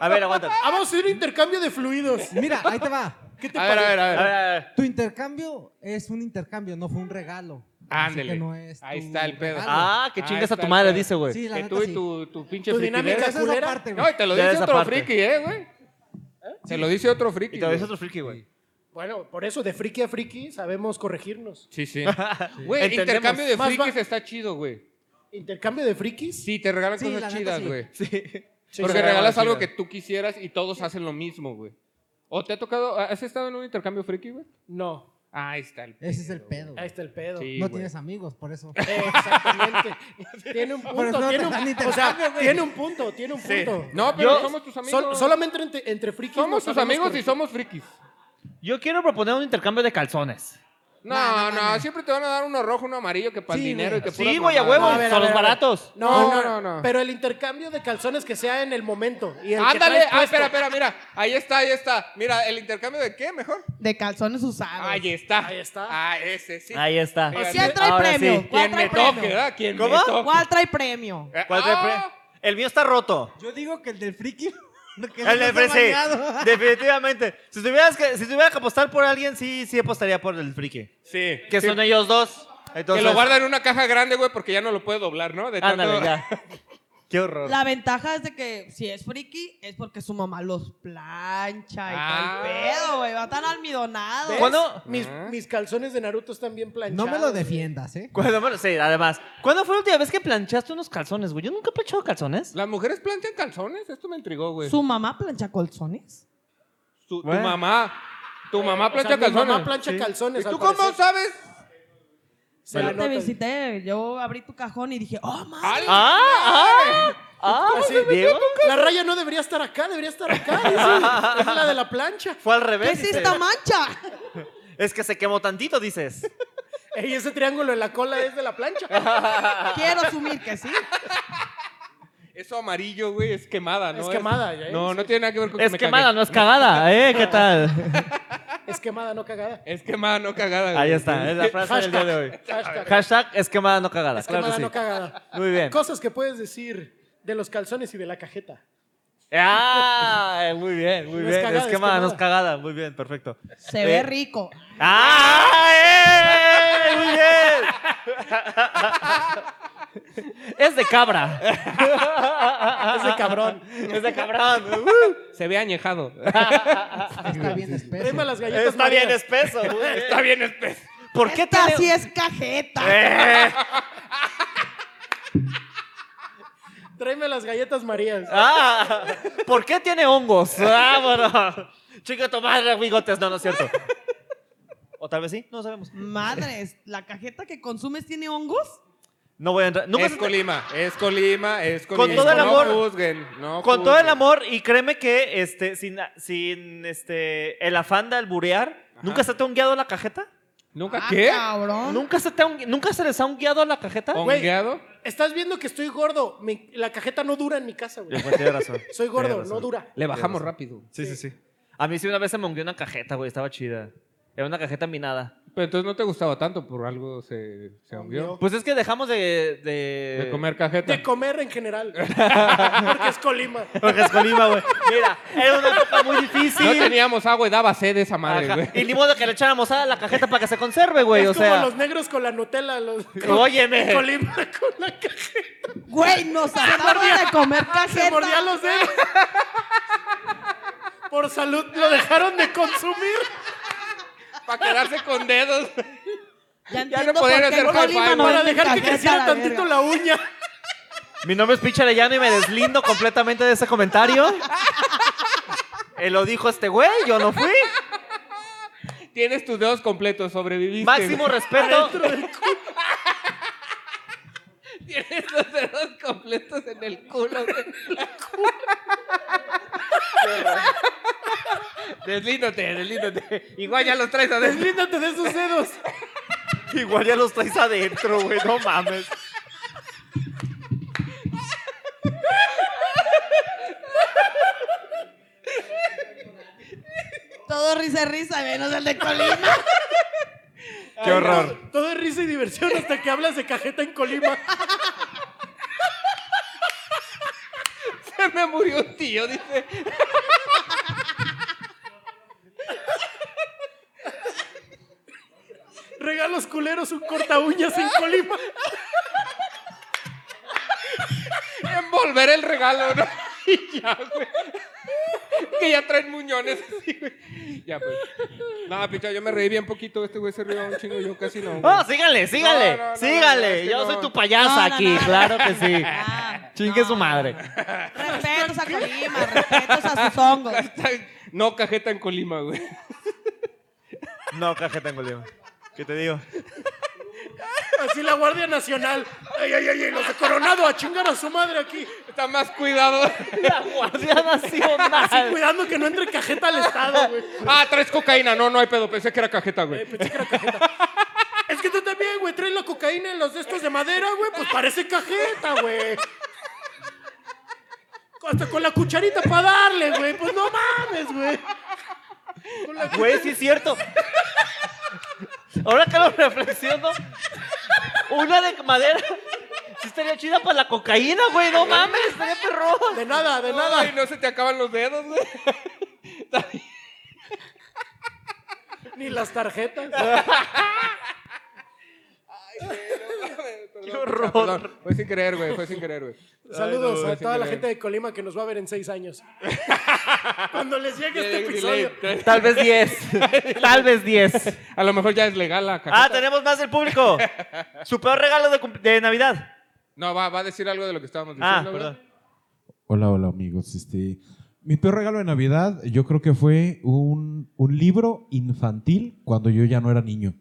[SPEAKER 1] A ver, aguanta.
[SPEAKER 3] Ah, Vamos a hacer un intercambio de fluidos.
[SPEAKER 6] Mira, ahí te va.
[SPEAKER 3] ¿Qué te
[SPEAKER 2] A ver, a
[SPEAKER 3] parece?
[SPEAKER 2] ver, a
[SPEAKER 1] A
[SPEAKER 2] ver.
[SPEAKER 1] ver, a ver.
[SPEAKER 6] Tu intercambio es un intercambio, no fue un regalo. Así
[SPEAKER 2] Ándele.
[SPEAKER 6] que no es
[SPEAKER 2] Ahí
[SPEAKER 6] tu
[SPEAKER 2] está el pedo.
[SPEAKER 6] regalo.
[SPEAKER 1] Ah, que
[SPEAKER 2] Ahí
[SPEAKER 1] chingas a
[SPEAKER 2] está
[SPEAKER 1] tu
[SPEAKER 2] el
[SPEAKER 1] madre,
[SPEAKER 2] pedo.
[SPEAKER 1] dice, güey.
[SPEAKER 6] Sí, la
[SPEAKER 2] que
[SPEAKER 6] neta
[SPEAKER 2] tú y
[SPEAKER 6] sí.
[SPEAKER 2] tu, tu pinche
[SPEAKER 3] Tu
[SPEAKER 2] friki
[SPEAKER 3] dinámica
[SPEAKER 6] Esa es la
[SPEAKER 3] culera.
[SPEAKER 6] parte, güey.
[SPEAKER 2] No, y te lo
[SPEAKER 1] Ya
[SPEAKER 2] dice
[SPEAKER 1] esa
[SPEAKER 2] otro
[SPEAKER 1] parte.
[SPEAKER 2] friki, eh, güey. Se lo dice otro friki.
[SPEAKER 1] Y te lo dice
[SPEAKER 2] güey.
[SPEAKER 1] otro friki, güey.
[SPEAKER 3] Bueno, por eso de friki a friki sabemos corregirnos.
[SPEAKER 1] <laughs>
[SPEAKER 2] Sí, sí. Güey,
[SPEAKER 1] Entendemos.
[SPEAKER 2] intercambio de
[SPEAKER 3] Más va-
[SPEAKER 2] frikis está chido, güey.
[SPEAKER 3] ¿Intercambio de frikis?
[SPEAKER 2] Sí, te regalan
[SPEAKER 6] Sí, la
[SPEAKER 2] cosas
[SPEAKER 6] neta
[SPEAKER 2] chidas,
[SPEAKER 6] sí.
[SPEAKER 2] güey.
[SPEAKER 3] Sí,
[SPEAKER 2] Porque
[SPEAKER 3] sí.
[SPEAKER 2] regalas algo que tú quisieras y todos hacen lo mismo, güey. ¿O te ha tocado, has estado en un intercambio friki, güey? Ah,
[SPEAKER 3] No,
[SPEAKER 2] Ahí está el
[SPEAKER 6] Ese es el pedo.
[SPEAKER 3] ahí está el pedo.
[SPEAKER 2] Sí,
[SPEAKER 6] no
[SPEAKER 2] güey.
[SPEAKER 6] tienes amigos, por eso.
[SPEAKER 3] Exactamente. tiene un punto,
[SPEAKER 6] eso no
[SPEAKER 3] tiene
[SPEAKER 6] te
[SPEAKER 3] un,
[SPEAKER 6] dan ni
[SPEAKER 3] o sea,
[SPEAKER 6] intercambio, güey.
[SPEAKER 3] tiene un punto, tiene un punto.
[SPEAKER 2] Eh, No, pero
[SPEAKER 1] Yo-
[SPEAKER 2] somos tus amigos.
[SPEAKER 3] Sol- solamente entre, entre frikis
[SPEAKER 2] somos
[SPEAKER 3] nos
[SPEAKER 2] tus
[SPEAKER 3] sabemos
[SPEAKER 2] amigos y
[SPEAKER 3] corregir.
[SPEAKER 2] somos frikis.
[SPEAKER 1] Yo quiero proponer un intercambio de calzones.
[SPEAKER 2] No, no,
[SPEAKER 6] No, no, no.
[SPEAKER 2] siempre te van a dar uno rojo, uno amarillo, que para el
[SPEAKER 6] Sí,
[SPEAKER 2] dinero
[SPEAKER 6] güey. Ah,
[SPEAKER 2] y que
[SPEAKER 1] Sí,
[SPEAKER 2] puras
[SPEAKER 1] güey, a
[SPEAKER 2] mamadas.
[SPEAKER 1] huevo.
[SPEAKER 3] No, a ver,
[SPEAKER 1] son
[SPEAKER 3] a ver,
[SPEAKER 1] los
[SPEAKER 3] a ver.
[SPEAKER 1] baratos.
[SPEAKER 3] No
[SPEAKER 2] No,
[SPEAKER 3] no,
[SPEAKER 2] no,
[SPEAKER 3] no,
[SPEAKER 2] no.
[SPEAKER 3] Pero el intercambio de calzones que sea en el momento. Y el que
[SPEAKER 2] Ándale,
[SPEAKER 3] traes
[SPEAKER 2] ah,
[SPEAKER 3] puesto.
[SPEAKER 2] espera, espera, mira. Ahí está, ahí está. Mira, el intercambio de qué mejor.
[SPEAKER 5] De calzones
[SPEAKER 6] Ah,
[SPEAKER 5] usados.
[SPEAKER 2] Ahí está.
[SPEAKER 3] Ahí está.
[SPEAKER 2] Ah, ese sí.
[SPEAKER 1] Ahí está.
[SPEAKER 2] O
[SPEAKER 5] sea, trae
[SPEAKER 1] Ahora
[SPEAKER 5] premio.
[SPEAKER 1] sí.
[SPEAKER 5] ¿Cuál
[SPEAKER 2] Quien
[SPEAKER 5] trae
[SPEAKER 2] me
[SPEAKER 5] premio?
[SPEAKER 2] toque, ¿verdad? Quien me
[SPEAKER 1] ¿Cómo?
[SPEAKER 2] toque.
[SPEAKER 5] ¿Cuál trae premio?
[SPEAKER 2] Eh,
[SPEAKER 1] ¿Cuál trae
[SPEAKER 2] ah,
[SPEAKER 1] pre- El mío está roto.
[SPEAKER 6] Yo digo que el del friki. que no
[SPEAKER 1] El de
[SPEAKER 6] está
[SPEAKER 1] Fred, sí.
[SPEAKER 6] bañado.
[SPEAKER 1] <laughs> Definitivamente. Si tuvieras que, si tuviera que apostar por alguien, sí, sí apostaría por el friki.
[SPEAKER 2] Sí.
[SPEAKER 1] Que
[SPEAKER 2] Sí.
[SPEAKER 1] son ellos dos. Entonces,
[SPEAKER 2] que lo guarda en una caja grande, güey, porque ya no lo puede doblar, ¿no? De tanto-
[SPEAKER 1] Ándale, ya. <laughs> Qué horror.
[SPEAKER 5] La ventaja es de que si es friki es porque su mamá los plancha y
[SPEAKER 2] Ah.
[SPEAKER 5] todo el pedo, güey. Va a tan almidonado.
[SPEAKER 3] ¿Ves?
[SPEAKER 1] ¿Cuándo?
[SPEAKER 3] Mis, mis calzones de Naruto están bien planchados.
[SPEAKER 6] No me lo
[SPEAKER 3] güey.
[SPEAKER 6] defiendas, ¿eh?
[SPEAKER 1] ¿Cuándo? Bueno, sí, además. ¿Cuándo fue la última vez que planchaste unos calzones, güey? Yo nunca he planchado calzones.
[SPEAKER 2] ¿Las mujeres planchan calzones? Esto me intrigó, güey.
[SPEAKER 5] ¿Su mamá plancha colzones?
[SPEAKER 2] Su- tu
[SPEAKER 1] Bueno.
[SPEAKER 2] mamá.
[SPEAKER 1] Eh,
[SPEAKER 2] Tu mamá
[SPEAKER 3] O sea,
[SPEAKER 2] plancha
[SPEAKER 3] mi
[SPEAKER 2] calzones.
[SPEAKER 3] mamá plancha calzones.
[SPEAKER 2] ¿Y tú
[SPEAKER 3] al
[SPEAKER 2] cómo
[SPEAKER 3] parecer.
[SPEAKER 2] sabes?
[SPEAKER 3] Se
[SPEAKER 5] yo
[SPEAKER 3] la
[SPEAKER 5] te
[SPEAKER 3] nota.
[SPEAKER 5] visité, yo abrí tu cajón y dije, oh, madre.
[SPEAKER 2] ¡Al-
[SPEAKER 1] ¡Ah! ¡Ah! ¡Ah!
[SPEAKER 3] Así,
[SPEAKER 1] Diego,
[SPEAKER 3] La raya no debería estar acá, debería estar acá.
[SPEAKER 1] <laughs>
[SPEAKER 3] dice. es la de la plancha.
[SPEAKER 1] Fue al
[SPEAKER 5] ¿Qué
[SPEAKER 1] revés.
[SPEAKER 5] es
[SPEAKER 1] dice.
[SPEAKER 5] esta <laughs> mancha?
[SPEAKER 1] Es que se quemó tantito, dices.
[SPEAKER 3] Y ese triángulo en la cola es de la plancha.
[SPEAKER 5] Quiero asumir que sí.
[SPEAKER 2] Es Eso amarillo, güey, es quemada, ¿no?
[SPEAKER 3] Es quemada, ya, ¿eh?
[SPEAKER 2] No, no tiene nada que ver con que
[SPEAKER 1] Es
[SPEAKER 2] me
[SPEAKER 1] quemada,
[SPEAKER 2] cagué.
[SPEAKER 1] no es cagada, ¿eh? ¿Qué
[SPEAKER 2] <laughs>
[SPEAKER 1] tal?
[SPEAKER 3] Es quemada, no cagada.
[SPEAKER 2] Es quemada, no cagada. güey.
[SPEAKER 1] Ahí está, es
[SPEAKER 2] <laughs>
[SPEAKER 1] la frase del día de hoy.
[SPEAKER 3] Hashtag.
[SPEAKER 1] Hashtag es quemada, no cagada.
[SPEAKER 3] Es
[SPEAKER 1] claro que
[SPEAKER 3] quemada,
[SPEAKER 1] sí.
[SPEAKER 3] no cagada.
[SPEAKER 1] Muy bien.
[SPEAKER 3] Cosas que puedes decir de los calzones y de la cajeta.
[SPEAKER 1] Ah, muy bien, muy
[SPEAKER 3] No es
[SPEAKER 1] bien.
[SPEAKER 3] cagada,
[SPEAKER 1] es
[SPEAKER 3] es
[SPEAKER 1] quemada, no es
[SPEAKER 3] quemada.
[SPEAKER 1] cagada. Muy bien, perfecto.
[SPEAKER 5] Se
[SPEAKER 1] Eh,
[SPEAKER 5] ve rico.
[SPEAKER 1] ¡Ah! ¡eh! ¡Muy bien! Es de cabra. Ah.
[SPEAKER 3] Es de cabrón.
[SPEAKER 1] Es de cabrón. Uh,
[SPEAKER 2] Se ve añejado.
[SPEAKER 6] Está bien espeso.
[SPEAKER 3] Tráeme las galletas.
[SPEAKER 1] Está bien
[SPEAKER 3] María.
[SPEAKER 1] espeso. Está bien espeso. ¿Por qué
[SPEAKER 5] Esta
[SPEAKER 1] tiene-
[SPEAKER 5] sí es cajeta.
[SPEAKER 1] Eh,
[SPEAKER 3] Tráeme las galletas Marías.
[SPEAKER 1] ah, ¿Por qué tiene hongos? Ah, bueno. Chica, tu madre, bigotes. No, no es cierto. O tal vez sí, no sabemos.
[SPEAKER 5] Madres, ¿la cajeta que consumes tiene hongos?
[SPEAKER 1] No voy a entrar. nunca
[SPEAKER 2] es
[SPEAKER 1] se-
[SPEAKER 2] Colima, es Colima, es
[SPEAKER 1] Con
[SPEAKER 2] Colima.
[SPEAKER 1] todo el amor-
[SPEAKER 2] No juzguen, no
[SPEAKER 1] Con todo el
[SPEAKER 2] juzguen.
[SPEAKER 1] amor y créeme que este, sin, sin este, el afán de alburear, ¿nunca se te ha hongueado la cajeta?
[SPEAKER 2] ¿Nunca
[SPEAKER 5] Ah,
[SPEAKER 2] qué?
[SPEAKER 5] cabrón.
[SPEAKER 1] ¿Nunca se, te ha hongue- ¿Nunca se les ha hongueado la cajeta?
[SPEAKER 3] Güey.
[SPEAKER 2] ¿Hongueado?
[SPEAKER 3] Estás viendo que estoy gordo. Mi- la cajeta no dura en mi casa, güey.
[SPEAKER 1] Tienes razón.
[SPEAKER 3] Soy gordo,
[SPEAKER 1] Tienes
[SPEAKER 3] no
[SPEAKER 1] razón.
[SPEAKER 3] dura.
[SPEAKER 2] Le bajamos rápido.
[SPEAKER 1] Sí, sí, sí. A mí sí una vez se me hongueó una cajeta, güey, estaba chida. Era una cajeta minada.
[SPEAKER 2] Pero entonces no te gustaba tanto, por algo se, se hongueó.
[SPEAKER 1] Pues es que dejamos de... De,
[SPEAKER 2] De comer cajeta.
[SPEAKER 3] De comer
[SPEAKER 1] <laughs>
[SPEAKER 3] en general. Porque es Colima.
[SPEAKER 1] Porque es Colima, güey. Mira, era una época muy difícil.
[SPEAKER 2] No teníamos agua y daba sed esa madre,
[SPEAKER 1] Ajá.
[SPEAKER 2] güey.
[SPEAKER 1] Y ni modo que le echáramos a la cajeta para que se conserve, güey.
[SPEAKER 3] es
[SPEAKER 1] O
[SPEAKER 3] como
[SPEAKER 1] sea,
[SPEAKER 3] los negros con la Nutella. Los...
[SPEAKER 1] Óyeme.
[SPEAKER 3] Colima <laughs> con la cajeta.
[SPEAKER 5] Güey, nos acabamos de comer cajeta.
[SPEAKER 3] Se mordían los dedos. Por salud lo dejaron de consumir.
[SPEAKER 2] Para quedarse con dedos.
[SPEAKER 5] Ya,
[SPEAKER 2] no
[SPEAKER 5] entiendo
[SPEAKER 2] podían
[SPEAKER 5] por qué
[SPEAKER 2] hacer
[SPEAKER 5] en Colima
[SPEAKER 2] hi-fi,
[SPEAKER 5] Ah, no
[SPEAKER 3] Para
[SPEAKER 5] venden
[SPEAKER 3] dejar que
[SPEAKER 5] cajeta,
[SPEAKER 3] creciera
[SPEAKER 5] la
[SPEAKER 3] tantito
[SPEAKER 5] verga.
[SPEAKER 3] la uña.
[SPEAKER 1] Mi nombre es Picha Arellano y me deslindo completamente de ese comentario. Eh, lo dijo este güey, yo no fui.
[SPEAKER 2] Tienes tus dedos completos, sobreviviste.
[SPEAKER 1] Máximo
[SPEAKER 2] güey.
[SPEAKER 1] respeto.
[SPEAKER 2] Tienes los dedos completos en el culo, güey. deslíndate, deslíndate. Igual ya los traes adentro.
[SPEAKER 3] Deslíndate de esos dedos.
[SPEAKER 1] Igual ya los traes adentro, güey, no mames.
[SPEAKER 5] Todo risa y risa, menos el de Colima.
[SPEAKER 1] Qué horror.
[SPEAKER 3] Todo, todo es risa y diversión hasta que hablas de cajeta en Colima.
[SPEAKER 2] Se me murió un tío, dice.
[SPEAKER 3] Regalos culeros, un corta uñas en Colima.
[SPEAKER 2] Envolver el regalo, ¿no? <laughs> Y ya, güey. Que ya traen muñones así, güey. Ya, pues. No, picha, yo me reí bien poquito. Este güey se rió un chingo, yo casi no. güey.
[SPEAKER 1] No, síganle, síganle,
[SPEAKER 2] No, no, no, no,
[SPEAKER 1] síganle.
[SPEAKER 2] es que
[SPEAKER 1] yo
[SPEAKER 2] no.
[SPEAKER 1] soy tu payasa
[SPEAKER 5] No, no,
[SPEAKER 1] aquí,
[SPEAKER 5] no.
[SPEAKER 1] claro que sí.
[SPEAKER 5] <laughs> Ah,
[SPEAKER 1] Chingue
[SPEAKER 5] no.
[SPEAKER 1] su madre.
[SPEAKER 5] Respetos a Colima, respetos a sus hongos.
[SPEAKER 2] Hashtag No cajeta en Colima, güey.
[SPEAKER 1] No, cajeta en Colima. ¿Qué te digo?
[SPEAKER 3] Así la Guardia Nacional. Ay, ay, ay, ay, los de Coronado a chingar a su madre aquí.
[SPEAKER 2] Está más cuidado.
[SPEAKER 1] <laughs> La Guardia Nacional.
[SPEAKER 3] Cuidando que no entre cajeta al Estado, güey.
[SPEAKER 2] Ah, traes cocaína. No, no hay pedo. Pensé que era cajeta,
[SPEAKER 3] Eh,
[SPEAKER 2] güey.
[SPEAKER 3] pensé que era cajeta. Es que tú también, güey, traes la cocaína en los de estos de madera, güey. Pues parece cajeta, güey. Hasta con la cucharita para darle, güey. Pues no mames, güey. Con la
[SPEAKER 1] Güey, sí es cierto. Ahora que lo reflexiono, una de madera sí estaría chida para la cocaína, güey. No mames, estaría perro.
[SPEAKER 3] De nada, de
[SPEAKER 2] Ay,
[SPEAKER 3] nada.
[SPEAKER 2] no se te acaban los dedos, güey.
[SPEAKER 3] Ni las tarjetas.
[SPEAKER 2] <laughs> Qué
[SPEAKER 1] horror.
[SPEAKER 2] Ah, Fue sin creer, güey. Fue sin creer, güey.
[SPEAKER 3] Saludos
[SPEAKER 2] no,
[SPEAKER 3] a
[SPEAKER 2] sí,
[SPEAKER 3] toda la
[SPEAKER 2] sí,
[SPEAKER 3] gente de Colima que nos va a ver en seis años. Cuando les llegue este episodio.
[SPEAKER 1] Tal vez 10. Tal vez 10.
[SPEAKER 2] A lo mejor ya es legal la cajeta.
[SPEAKER 1] Ah, tenemos más del público. Su peor regalo de, cum- de Navidad.
[SPEAKER 2] No, va, va a decir algo de lo que estábamos
[SPEAKER 1] Ah,
[SPEAKER 2] diciendo, ¿verdad?
[SPEAKER 1] perdón.
[SPEAKER 7] Hola, hola amigos. Este, mi peor regalo de Navidad yo creo que fue un, un libro infantil cuando yo ya no era niño.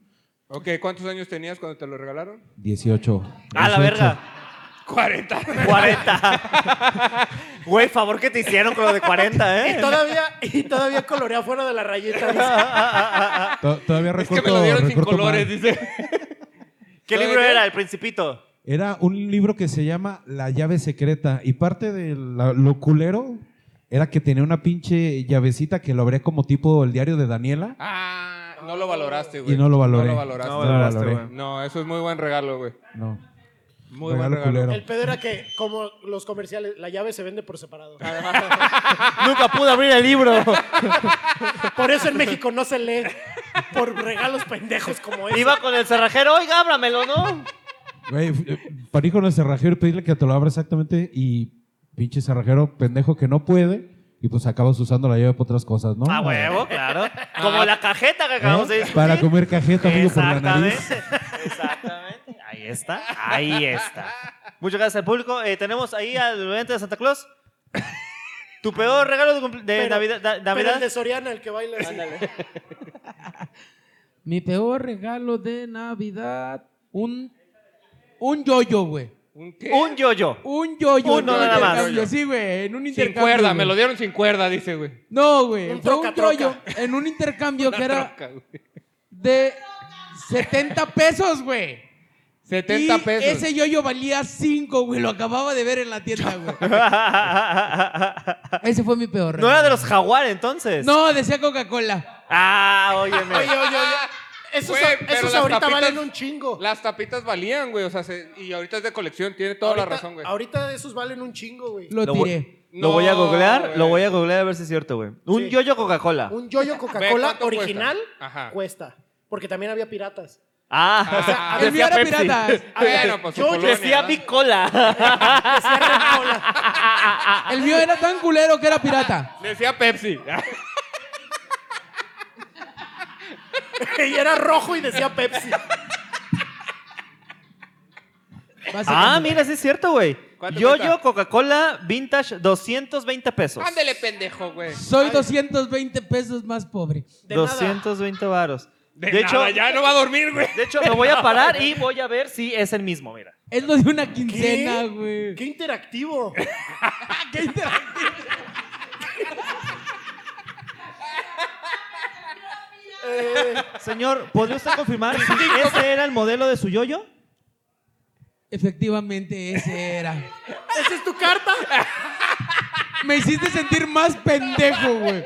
[SPEAKER 2] Ok, ¿cuántos años tenías cuando te lo regalaron? <laughs>
[SPEAKER 7] 18.
[SPEAKER 1] Ah, la
[SPEAKER 7] 18.
[SPEAKER 1] verga.
[SPEAKER 2] 40.
[SPEAKER 1] 40. Güey, favor que te hicieron con lo de 40,
[SPEAKER 3] Y
[SPEAKER 1] ¿eh?
[SPEAKER 3] todavía, y todavía colorea fuera de la rayita. dice.
[SPEAKER 7] To-
[SPEAKER 2] <laughs>
[SPEAKER 7] Todavía
[SPEAKER 2] Es que me
[SPEAKER 7] recuerdo.
[SPEAKER 2] lo dieron sin
[SPEAKER 7] recuerdo mal.
[SPEAKER 2] colores, dice.
[SPEAKER 1] ¿Qué libro era? El Principito.
[SPEAKER 7] Era un libro que se llama La llave secreta. Y parte de la- lo culero era que tenía una pinche llavecita que lo abría como tipo el diario de Daniela.
[SPEAKER 2] Ah, no lo valoraste, güey.
[SPEAKER 7] Y no lo valoré.
[SPEAKER 2] No lo valoraste.
[SPEAKER 7] No
[SPEAKER 2] No,
[SPEAKER 7] lo valoré.
[SPEAKER 2] eso es muy buen regalo, güey.
[SPEAKER 7] No.
[SPEAKER 2] Muy
[SPEAKER 7] Regalo
[SPEAKER 2] buen regalo.
[SPEAKER 7] culero.
[SPEAKER 3] El pedo era que, como los comerciales, la llave se vende por separado.
[SPEAKER 1] Nunca pude abrir el libro.
[SPEAKER 3] Por eso en México no se lee. Por regalos pendejos como ese.
[SPEAKER 1] Iba con el cerrajero, oiga, ábramelo, ¿no?
[SPEAKER 7] Güey, f- eh, para ir con el cerrajero y pedirle que te lo abra exactamente y pinche cerrajero pendejo que no puede y pues acabas usando la llave para otras cosas, ¿no?
[SPEAKER 1] A Ah, huevo, claro. Como la cajeta que
[SPEAKER 7] ¿Eh?
[SPEAKER 1] acabamos de discutir.
[SPEAKER 7] Para comer cajeta, amigo, por la nariz.
[SPEAKER 1] Exactamente. <laughs> Exactamente. Ahí está. Ahí está. Muchas gracias al público. Eh, tenemos ahí al durante de Santa Claus. Tu peor regalo de, cumple- de
[SPEAKER 3] Pero-
[SPEAKER 1] Navidad. da-
[SPEAKER 3] Pero el
[SPEAKER 1] Navidad.
[SPEAKER 3] de Soriana, el que baila así. <laughs>
[SPEAKER 6] Mi peor regalo de Navidad, un, un yoyo, güey.
[SPEAKER 2] ¿Un qué?
[SPEAKER 1] Un yo-yo. <laughs>
[SPEAKER 6] Un yoyo.
[SPEAKER 1] Uno
[SPEAKER 6] en un
[SPEAKER 1] nada más.
[SPEAKER 6] intercambio, Sí, güey, en un
[SPEAKER 2] Sin
[SPEAKER 6] intercambio.
[SPEAKER 2] cuerda,
[SPEAKER 6] güey.
[SPEAKER 2] me lo dieron sin cuerda, dice, güey.
[SPEAKER 6] No, güey,
[SPEAKER 3] Un
[SPEAKER 6] fue
[SPEAKER 3] troca,
[SPEAKER 6] un yoyo
[SPEAKER 3] troca.
[SPEAKER 6] en un intercambio
[SPEAKER 2] Una
[SPEAKER 6] que era
[SPEAKER 2] troca, güey.
[SPEAKER 6] de 70 pesos, güey.
[SPEAKER 2] 70
[SPEAKER 6] Y
[SPEAKER 2] pesos.
[SPEAKER 6] Ese yoyo valía 5, güey. Lo acababa de ver en la tienda, güey. <laughs> Ese fue mi peor.
[SPEAKER 1] no era de
[SPEAKER 6] regalo.
[SPEAKER 1] los jaguar entonces.
[SPEAKER 6] No, decía Coca-Cola.
[SPEAKER 1] Ah, óyeme.
[SPEAKER 3] Oye, oye, oye. Esos,
[SPEAKER 2] Güey,
[SPEAKER 3] a-
[SPEAKER 2] pero
[SPEAKER 3] esos
[SPEAKER 2] las
[SPEAKER 3] ahorita
[SPEAKER 2] tapitas-
[SPEAKER 3] valen un chingo.
[SPEAKER 2] Las tapitas valían, güey. O sea, se- y ahorita es de colección, tiene toda
[SPEAKER 3] ahorita,
[SPEAKER 2] la razón, güey.
[SPEAKER 3] Ahorita esos valen un chingo, güey.
[SPEAKER 6] Lo,
[SPEAKER 1] Lo voy-
[SPEAKER 6] tiré.
[SPEAKER 1] Lo voy a
[SPEAKER 2] No,
[SPEAKER 1] googlear, lo
[SPEAKER 2] güey.
[SPEAKER 1] voy a googlear a ver si es cierto, güey. Un
[SPEAKER 3] Sí.
[SPEAKER 1] yo-yo Coca-Cola.
[SPEAKER 3] Un yoyo
[SPEAKER 2] Ve,
[SPEAKER 3] Coca-Cola
[SPEAKER 2] ¿cuánto
[SPEAKER 3] original
[SPEAKER 2] cuesta? Ajá.
[SPEAKER 3] cuesta. Porque también había piratas.
[SPEAKER 1] Ah, <laughs>
[SPEAKER 2] Ah,
[SPEAKER 6] El mío
[SPEAKER 1] decía
[SPEAKER 6] era
[SPEAKER 1] Pepsi.
[SPEAKER 6] pirata.
[SPEAKER 2] Ah, Bueno, pues su
[SPEAKER 3] Yo
[SPEAKER 2] colonia,
[SPEAKER 1] Decía
[SPEAKER 2] ¿verdad?
[SPEAKER 1] mi cola.
[SPEAKER 6] El mío era tan culero que era
[SPEAKER 2] <laughs>
[SPEAKER 6] pirata.
[SPEAKER 2] Decía Pepsi.
[SPEAKER 3] <laughs> y era rojo y decía Pepsi.
[SPEAKER 1] ah, mira, sí es cierto, güey.
[SPEAKER 2] ¿Cuánto
[SPEAKER 1] Yo-yo
[SPEAKER 2] cuesta?
[SPEAKER 1] Coca-Cola Vintage 220 pesos.
[SPEAKER 2] Ándele, pendejo, güey.
[SPEAKER 6] Soy 220 pesos más pobre.
[SPEAKER 3] De nada.
[SPEAKER 1] 220 varos.
[SPEAKER 2] De,
[SPEAKER 1] De,
[SPEAKER 2] hecho,
[SPEAKER 1] hecho,
[SPEAKER 2] ya no va a dormir, güey.
[SPEAKER 1] de hecho, me voy a parar y voy a ver si es el mismo, mira.
[SPEAKER 6] Es lo de una
[SPEAKER 3] ¿Qué?
[SPEAKER 6] quincena, güey.
[SPEAKER 3] Qué interactivo.
[SPEAKER 6] Qué interactivo.
[SPEAKER 1] Señor, ¿podría usted confirmar si ese era el modelo de su yo-yo?
[SPEAKER 6] <laughs> Efectivamente, ese era.
[SPEAKER 3] ¿Esa es tu carta?
[SPEAKER 6] Me hiciste sentir más pendejo, güey.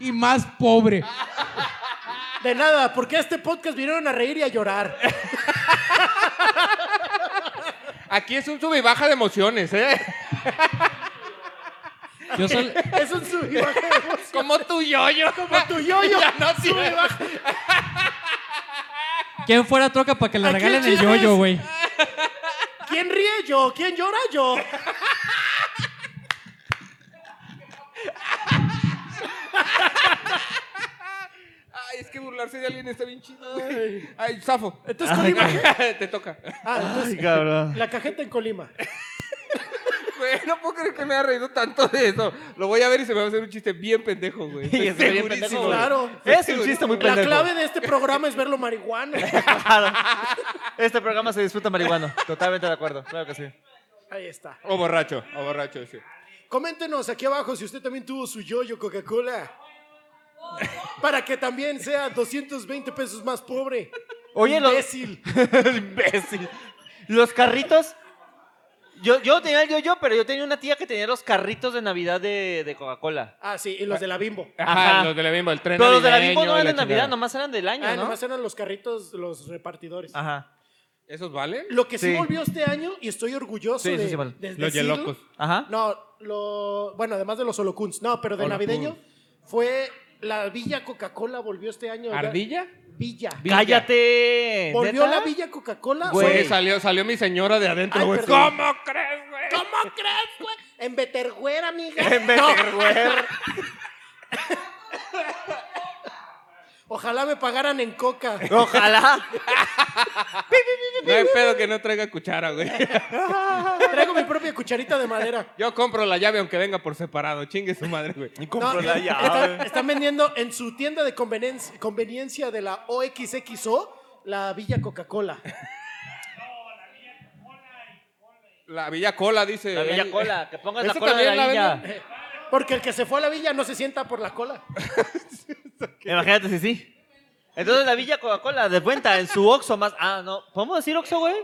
[SPEAKER 6] Y más pobre.
[SPEAKER 3] De nada, porque a este podcast vinieron a reír y a llorar.
[SPEAKER 2] Aquí es un sub y baja de emociones, ¿eh?
[SPEAKER 4] Yo sol-
[SPEAKER 3] Es un sub y baja de voz.
[SPEAKER 2] <laughs> Como tu yoyo.
[SPEAKER 3] Como tu yoyo.
[SPEAKER 2] <laughs> Ya no
[SPEAKER 3] Sub y
[SPEAKER 2] sirve.
[SPEAKER 3] baja.
[SPEAKER 4] ¿Quién fuera troca para que le
[SPEAKER 3] Aquí el
[SPEAKER 4] regalen el
[SPEAKER 3] chiste
[SPEAKER 4] yoyo,
[SPEAKER 3] es-
[SPEAKER 4] güey?
[SPEAKER 3] ¿Quién ríe yo? ¿Quién llora yo?
[SPEAKER 2] Ay, es que burlarse de alguien está bien chido. güey. Ay, zafo.
[SPEAKER 3] Entonces, Colima. ¿qué?
[SPEAKER 2] <laughs> Te toca.
[SPEAKER 3] Ah, entonces,
[SPEAKER 1] Ay, cabrón.
[SPEAKER 3] la cajeta en Colima.
[SPEAKER 2] Güey, no puedo creer que me haya reído tanto de eso. Lo voy a ver y se me va a hacer un chiste bien pendejo, <laughs> güey.
[SPEAKER 1] Y está bien pendejo,
[SPEAKER 2] Segurísimo,
[SPEAKER 1] güey.
[SPEAKER 2] güey.
[SPEAKER 3] Claro.
[SPEAKER 1] Es un chiste muy
[SPEAKER 3] La
[SPEAKER 1] pendejo.
[SPEAKER 3] clave de este programa es verlo marihuana.
[SPEAKER 1] Este programa se disfruta marihuano. Totalmente de acuerdo. Claro que sí.
[SPEAKER 3] Ahí está.
[SPEAKER 2] O borracho, o borracho, sí.
[SPEAKER 3] Coméntenos aquí abajo si usted también tuvo su yoyo Coca-Cola. Para que también sea 220 pesos más pobre.
[SPEAKER 1] Oye, los,
[SPEAKER 3] Imbécil.
[SPEAKER 1] Imbécil. Los carritos. Yo, yo tenía el yo-yo, pero yo tenía una tía que tenía los carritos de Navidad de, de Coca-Cola.
[SPEAKER 3] Ah, sí, y los de la Bimbo.
[SPEAKER 2] Ajá,
[SPEAKER 1] Ajá.
[SPEAKER 2] los de la Bimbo, el tren
[SPEAKER 1] Pero los de la Bimbo
[SPEAKER 2] navideño
[SPEAKER 1] no
[SPEAKER 2] y
[SPEAKER 1] eran de
[SPEAKER 2] la
[SPEAKER 1] Navidad,
[SPEAKER 2] chingada.
[SPEAKER 1] nomás eran del año,
[SPEAKER 3] Ah,
[SPEAKER 1] ¿no?
[SPEAKER 3] nomás eran los carritos, los repartidores.
[SPEAKER 1] Ajá.
[SPEAKER 2] ¿Esos valen?
[SPEAKER 3] Lo que sí,
[SPEAKER 1] Sí.
[SPEAKER 3] volvió este año, y estoy orgulloso
[SPEAKER 1] Sí, sí,
[SPEAKER 3] de,
[SPEAKER 1] sí, vale.
[SPEAKER 3] de
[SPEAKER 2] Los
[SPEAKER 3] decirlo.
[SPEAKER 2] yelocos.
[SPEAKER 1] Ajá.
[SPEAKER 3] No, lo, bueno, además de los holocuns. No, pero de
[SPEAKER 2] Holocuns.
[SPEAKER 3] navideño fue la Villa Coca-Cola volvió este año. ya-
[SPEAKER 2] ¿Ardilla?
[SPEAKER 3] Villa.
[SPEAKER 1] ¡Cállate!
[SPEAKER 3] Volvió
[SPEAKER 1] ¿Neta?
[SPEAKER 3] la Villa Coca-Cola.
[SPEAKER 1] Güey.
[SPEAKER 2] Sí, salió, salió mi señora de adentro,
[SPEAKER 3] Ay,
[SPEAKER 2] güey.
[SPEAKER 3] perdón.
[SPEAKER 2] ¿Cómo crees, güey?
[SPEAKER 3] ¿Cómo crees, güey? En Betergüer, amiga.
[SPEAKER 1] <laughs> En
[SPEAKER 3] No,
[SPEAKER 1] Betterware.
[SPEAKER 3] <laughs> ojalá me pagaran en Coca.
[SPEAKER 1] Ojalá.
[SPEAKER 2] No hay pedo que no traiga cuchara, güey. <laughs>
[SPEAKER 3] Traigo mi propia cucharita de madera.
[SPEAKER 2] Yo compro la llave aunque venga por separado. Chingue su madre, güey.
[SPEAKER 1] Compro
[SPEAKER 3] No,
[SPEAKER 1] la
[SPEAKER 3] está-
[SPEAKER 1] llave.
[SPEAKER 3] están vendiendo en su tienda de conveniencia, conveniencia de la OXXO la Villa Coca-Cola.
[SPEAKER 2] La Villa Cola, dice.
[SPEAKER 1] La Villa
[SPEAKER 2] Ay,
[SPEAKER 1] Cola. Que pongas la
[SPEAKER 2] ¿Esa
[SPEAKER 1] cola de
[SPEAKER 2] también
[SPEAKER 1] la
[SPEAKER 2] la
[SPEAKER 1] villa.
[SPEAKER 2] <laughs>
[SPEAKER 3] Porque el que se fue a la villa no se sienta por la cola.
[SPEAKER 1] Imagínate si sí. Entonces la Villa Coca-Cola, de cuenta, en su Oxxo más... Ah, no. ¿Podemos decir Oxxo, güey?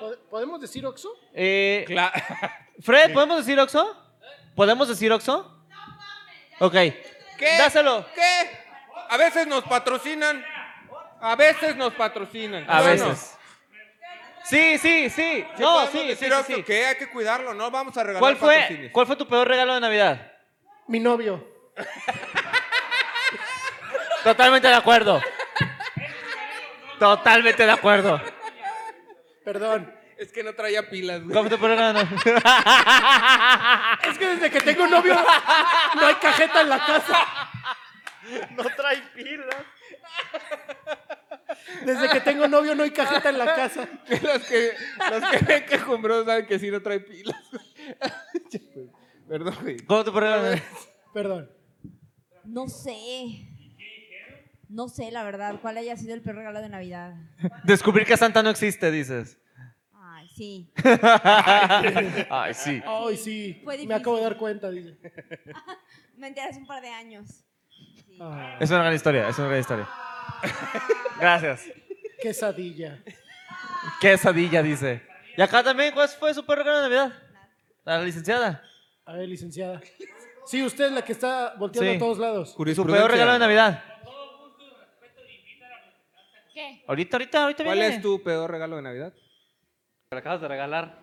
[SPEAKER 3] ¿Pod- ¿Podemos decir Oxxo?
[SPEAKER 1] Eh, <laughs>
[SPEAKER 2] Cla-
[SPEAKER 1] Fred, ¿podemos decir Oxo? ¿Podemos decir Oxo? Ok.
[SPEAKER 2] ¿Qué?
[SPEAKER 1] Dáselo.
[SPEAKER 2] ¿Qué? A veces nos patrocinan. A veces nos patrocinan.
[SPEAKER 1] A
[SPEAKER 2] Bueno,
[SPEAKER 1] veces. Sí, sí, sí.
[SPEAKER 2] ¿sí
[SPEAKER 1] No,
[SPEAKER 2] podemos
[SPEAKER 1] sí, sí,
[SPEAKER 2] decir
[SPEAKER 1] sí,
[SPEAKER 2] esto?
[SPEAKER 1] sí.
[SPEAKER 2] ¿Qué? Hay que cuidarlo, no vamos a regalar
[SPEAKER 1] ¿Cuál fue,
[SPEAKER 2] patrocinios.
[SPEAKER 1] ¿Cuál fue tu peor regalo de Navidad?
[SPEAKER 3] Mi novio.
[SPEAKER 1] Totalmente de acuerdo. Totalmente de acuerdo.
[SPEAKER 3] Perdón.
[SPEAKER 2] Es que no traía pilas, güey.
[SPEAKER 1] ¿Cuál fue tu peor regalo? de
[SPEAKER 2] <laughs>
[SPEAKER 1] Navidad?
[SPEAKER 3] Es que desde que tengo novio no hay cajeta en la casa.
[SPEAKER 1] No trae pilas.
[SPEAKER 3] Desde que tengo novio no hay cajeta en la casa.
[SPEAKER 2] <laughs> los que, los que ven quejumbrosos saben que sí no trae pilas. <laughs> Ya, pues, Perdón, güey.
[SPEAKER 1] ¿Cómo te pones?
[SPEAKER 3] Perdón.
[SPEAKER 8] No sé. No sé, la verdad, cuál haya sido el peor regalo de Navidad.
[SPEAKER 1] Descubrir que Santa no existe,
[SPEAKER 2] <laughs>
[SPEAKER 1] dices.
[SPEAKER 8] Ay, sí.
[SPEAKER 1] Ay, sí.
[SPEAKER 3] Ay, sí.
[SPEAKER 8] Fue difícil.
[SPEAKER 3] Me acabo de dar cuenta, dice.
[SPEAKER 8] Me enteré hace un par de años.
[SPEAKER 3] Ah,
[SPEAKER 1] Es una gran historia, es una gran
[SPEAKER 2] <laughs>
[SPEAKER 1] historia. Gracias.
[SPEAKER 3] quesadilla.
[SPEAKER 1] Quesadilla, dice. Y acá también, ¿cuál fue su peor regalo de Navidad? La licenciada.
[SPEAKER 3] A ver, licenciada. Sí, usted es la que está volteando
[SPEAKER 1] Sí.
[SPEAKER 3] a todos lados.
[SPEAKER 1] Su peor regalo de Navidad.
[SPEAKER 8] ¿Qué?
[SPEAKER 1] Ahorita, ahorita, ahorita
[SPEAKER 2] ¿Cuál
[SPEAKER 1] viene.
[SPEAKER 2] es tu peor regalo de Navidad?
[SPEAKER 1] Te acabas de regalar.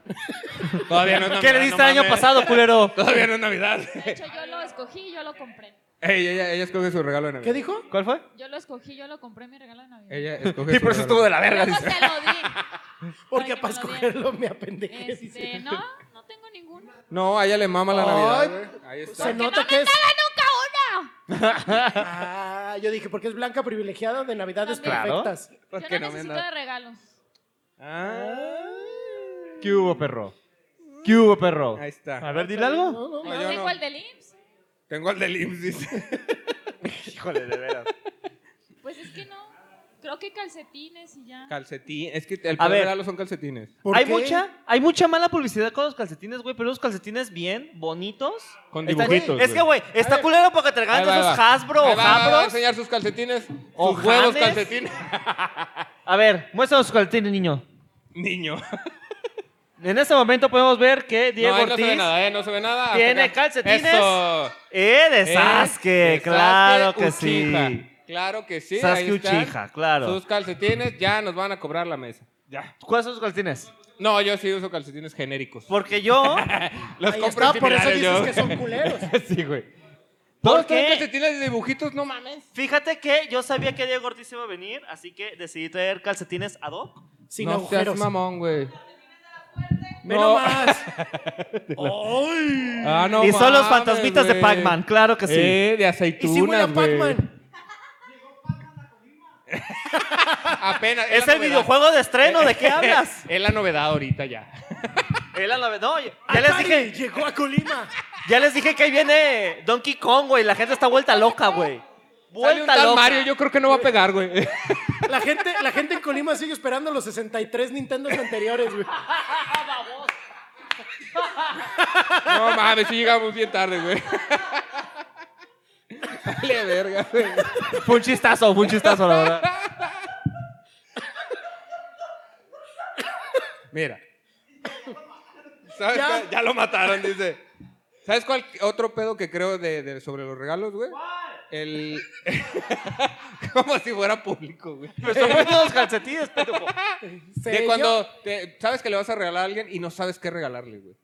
[SPEAKER 2] Todavía no es
[SPEAKER 1] ¿Qué le diste el año pasado,
[SPEAKER 2] <laughs>
[SPEAKER 1] culero?
[SPEAKER 2] Todavía no es Navidad.
[SPEAKER 9] De hecho, yo lo escogí, yo lo compré.
[SPEAKER 2] Ey, ella, ella escoge su regalo de
[SPEAKER 3] ¿Qué
[SPEAKER 2] Navidad.
[SPEAKER 3] dijo?
[SPEAKER 1] ¿Cuál fue?
[SPEAKER 9] Yo lo escogí, yo lo compré mi regalo de Navidad.
[SPEAKER 2] Ella escoge
[SPEAKER 1] Y
[SPEAKER 2] su
[SPEAKER 1] por eso
[SPEAKER 2] regalo.
[SPEAKER 1] estuvo de la verga,
[SPEAKER 9] Luego
[SPEAKER 1] dice.
[SPEAKER 9] se lo di.
[SPEAKER 3] Porque para
[SPEAKER 9] Para que me lo
[SPEAKER 3] escogerlo me apendejé.
[SPEAKER 2] <laughs>
[SPEAKER 9] Este, no, no tengo ninguno.
[SPEAKER 2] No, a ella le mama la
[SPEAKER 3] Ay,
[SPEAKER 2] Navidad, güey. Ahí está.
[SPEAKER 3] se nota que es.
[SPEAKER 9] ¡Nunca una!
[SPEAKER 3] Ah, yo dije, porque es blanca privilegiada de Navidades
[SPEAKER 9] También.
[SPEAKER 1] Claro.
[SPEAKER 3] perfectas.
[SPEAKER 9] Yo
[SPEAKER 2] Porque
[SPEAKER 9] no
[SPEAKER 2] pues, no me
[SPEAKER 9] necesito
[SPEAKER 2] anda-
[SPEAKER 9] de regalos.
[SPEAKER 2] Ah,
[SPEAKER 1] ¿Qué hubo, perro? ¿Qué hubo, perro?
[SPEAKER 2] ahí está.
[SPEAKER 1] A ver, dile algo.
[SPEAKER 3] No, no,
[SPEAKER 2] No,
[SPEAKER 3] no.
[SPEAKER 2] yo
[SPEAKER 9] tengo
[SPEAKER 2] no.
[SPEAKER 9] el del IMSS.
[SPEAKER 2] Tengo el del IMSS, dice.
[SPEAKER 1] <laughs>
[SPEAKER 2] <laughs>
[SPEAKER 1] Híjole, de veras.
[SPEAKER 9] Pues es que no. Creo que calcetines y ya.
[SPEAKER 2] Calcetín. Es que el
[SPEAKER 1] A
[SPEAKER 2] peor
[SPEAKER 1] ver.
[SPEAKER 2] regalo son calcetines.
[SPEAKER 3] ¿Por
[SPEAKER 1] Hay
[SPEAKER 3] qué?
[SPEAKER 1] mucha, hay mucha mala publicidad con los calcetines, güey, pero los calcetines bien, bonitos.
[SPEAKER 2] Con
[SPEAKER 1] Están-
[SPEAKER 2] dibujitos,
[SPEAKER 1] es que, güey, está culero porque te regalan
[SPEAKER 2] Ahí va,
[SPEAKER 1] esos
[SPEAKER 2] va.
[SPEAKER 1] Ah, Hasbro o
[SPEAKER 2] Ahí va, va, va a
[SPEAKER 1] Habros.
[SPEAKER 2] enseñar sus calcetines.
[SPEAKER 1] O
[SPEAKER 2] sus huevos
[SPEAKER 1] James.
[SPEAKER 2] calcetines. <laughs>
[SPEAKER 1] <laughs> A ver, muéstranos sus calcetines, niño.
[SPEAKER 2] Niño.
[SPEAKER 1] En este momento podemos ver que Diego
[SPEAKER 2] no, ahí no se ve
[SPEAKER 1] Ortiz
[SPEAKER 2] nada, ¿eh? No se ve nada. Hasta
[SPEAKER 1] tiene
[SPEAKER 2] acá.
[SPEAKER 1] calcetines.
[SPEAKER 2] Eso.
[SPEAKER 1] Eh, de Sasuke,
[SPEAKER 2] Eh, de
[SPEAKER 1] claro que
[SPEAKER 2] Sasuke Uchiha.
[SPEAKER 1] sí.
[SPEAKER 2] Claro que sí.
[SPEAKER 1] Sasuke
[SPEAKER 2] ahí están.
[SPEAKER 1] Uchiha, claro.
[SPEAKER 2] Sus calcetines ya nos van a cobrar la mesa. Ya.
[SPEAKER 1] ¿Cuáles son sus calcetines?
[SPEAKER 2] No, yo sí uso calcetines genéricos.
[SPEAKER 1] Porque
[SPEAKER 2] <laughs>
[SPEAKER 1] yo,
[SPEAKER 2] Los
[SPEAKER 3] Ahí
[SPEAKER 2] compro en
[SPEAKER 3] está, por eso dices
[SPEAKER 2] similares yo.
[SPEAKER 3] que son
[SPEAKER 1] <laughs>
[SPEAKER 3] culeros.
[SPEAKER 2] <laughs> sí, güey.
[SPEAKER 1] ¿Por
[SPEAKER 2] ¿Por
[SPEAKER 1] qué?
[SPEAKER 2] qué? calcetines de dibujitos, no mames.
[SPEAKER 1] fíjate que yo sabía que Diego Ortiz iba a venir, así que decidí traer calcetines ad hoc.
[SPEAKER 3] Sin
[SPEAKER 2] no
[SPEAKER 3] agujeros.
[SPEAKER 2] seas mamón, güey.
[SPEAKER 3] Ve
[SPEAKER 2] No.
[SPEAKER 1] <laughs>
[SPEAKER 3] nomás.
[SPEAKER 2] Ah, no
[SPEAKER 1] y son los
[SPEAKER 2] mames,
[SPEAKER 1] fantasmitas de
[SPEAKER 2] güey.
[SPEAKER 1] Pac-Man, claro que sí.
[SPEAKER 2] Eh, de
[SPEAKER 3] Y si huele
[SPEAKER 2] aceitunas,
[SPEAKER 3] a
[SPEAKER 2] güey.
[SPEAKER 3] Pac-Man.
[SPEAKER 2] Apenas.
[SPEAKER 1] <laughs> ¿Es
[SPEAKER 2] la
[SPEAKER 1] el
[SPEAKER 2] novedad. Eh,
[SPEAKER 1] videojuego de estreno? ¿De <laughs> qué hablas?
[SPEAKER 2] Es la novedad ahorita ya.
[SPEAKER 1] Es la novedad. No, ya les
[SPEAKER 3] Atari
[SPEAKER 1] dije,
[SPEAKER 3] Llegó a Colima.
[SPEAKER 1] ya les dije que ahí viene Donkey Kong, güey. La gente está vuelta loca, güey.
[SPEAKER 2] Sale un
[SPEAKER 1] Vuelta
[SPEAKER 2] tal
[SPEAKER 1] loca.
[SPEAKER 2] Mario, yo creo que no va a pegar, <laughs> güey.
[SPEAKER 3] La gente, la gente en Colima sigue esperando los 63 Nintendos anteriores, güey.
[SPEAKER 2] No mames, sí llegamos bien tarde, güey. Dale verga, güey.
[SPEAKER 1] Fue un chistazo, fue un chistazo, la verdad. <laughs>
[SPEAKER 2] Mira. ¿Sabes
[SPEAKER 3] Ya.
[SPEAKER 2] cuál? ya lo mataron, dice. ¿Sabes cuál otro pedo que creo de, de- sobre los regalos, güey? El. <laughs> Como si fuera público, güey.
[SPEAKER 1] Pero son buenos los calcetines, pendejo.
[SPEAKER 2] De
[SPEAKER 3] Señor,
[SPEAKER 2] cuando te- sabes que le vas a regalar a alguien y no sabes qué regalarle, güey.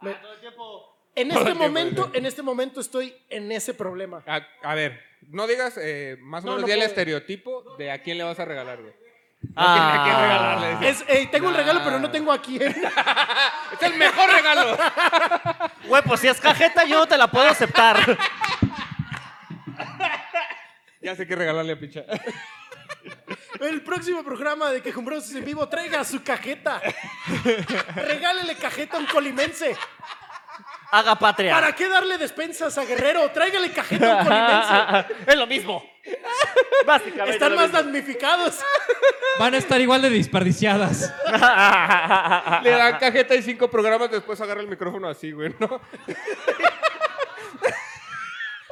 [SPEAKER 3] En
[SPEAKER 2] Todo el
[SPEAKER 3] este
[SPEAKER 2] tiempo,
[SPEAKER 3] momento,
[SPEAKER 2] güey.
[SPEAKER 3] en este momento estoy en ese problema.
[SPEAKER 2] A, a ver, no digas eh, más o
[SPEAKER 3] No,
[SPEAKER 2] menos
[SPEAKER 3] no
[SPEAKER 2] ya el
[SPEAKER 3] puedo.
[SPEAKER 2] estereotipo de a quién le vas a regalar, güey.
[SPEAKER 1] Ah.
[SPEAKER 2] No tiene a quién regalarle. dice.
[SPEAKER 3] Es, "Ey, tengo un
[SPEAKER 2] Nah.
[SPEAKER 3] regalo, pero no tengo a quién.
[SPEAKER 2] Es el mejor regalo.
[SPEAKER 1] Güey, pues si es cajeta, yo no te la puedo aceptar. <laughs>
[SPEAKER 2] ya sé qué regalarle a picha.
[SPEAKER 3] <laughs>
[SPEAKER 1] Ah,
[SPEAKER 3] El próximo programa de Quejumbrosos en Vivo, traiga su cajeta. Regálele cajeta a un colimense.
[SPEAKER 1] Haga patria.
[SPEAKER 3] ¿Para qué darle despensas a Guerrero? Tráigale cajeta a un
[SPEAKER 2] <laughs>
[SPEAKER 3] colimense.
[SPEAKER 1] Ah, es lo mismo. <laughs> Básicamente.
[SPEAKER 3] Están
[SPEAKER 1] lo
[SPEAKER 3] más
[SPEAKER 1] mismo.
[SPEAKER 3] damnificados.
[SPEAKER 4] Van a estar igual de desperdiciadas.
[SPEAKER 1] ah,
[SPEAKER 2] <laughs> Le dan cajeta y cinco programas, después agarra el micrófono así, güey, ¿no?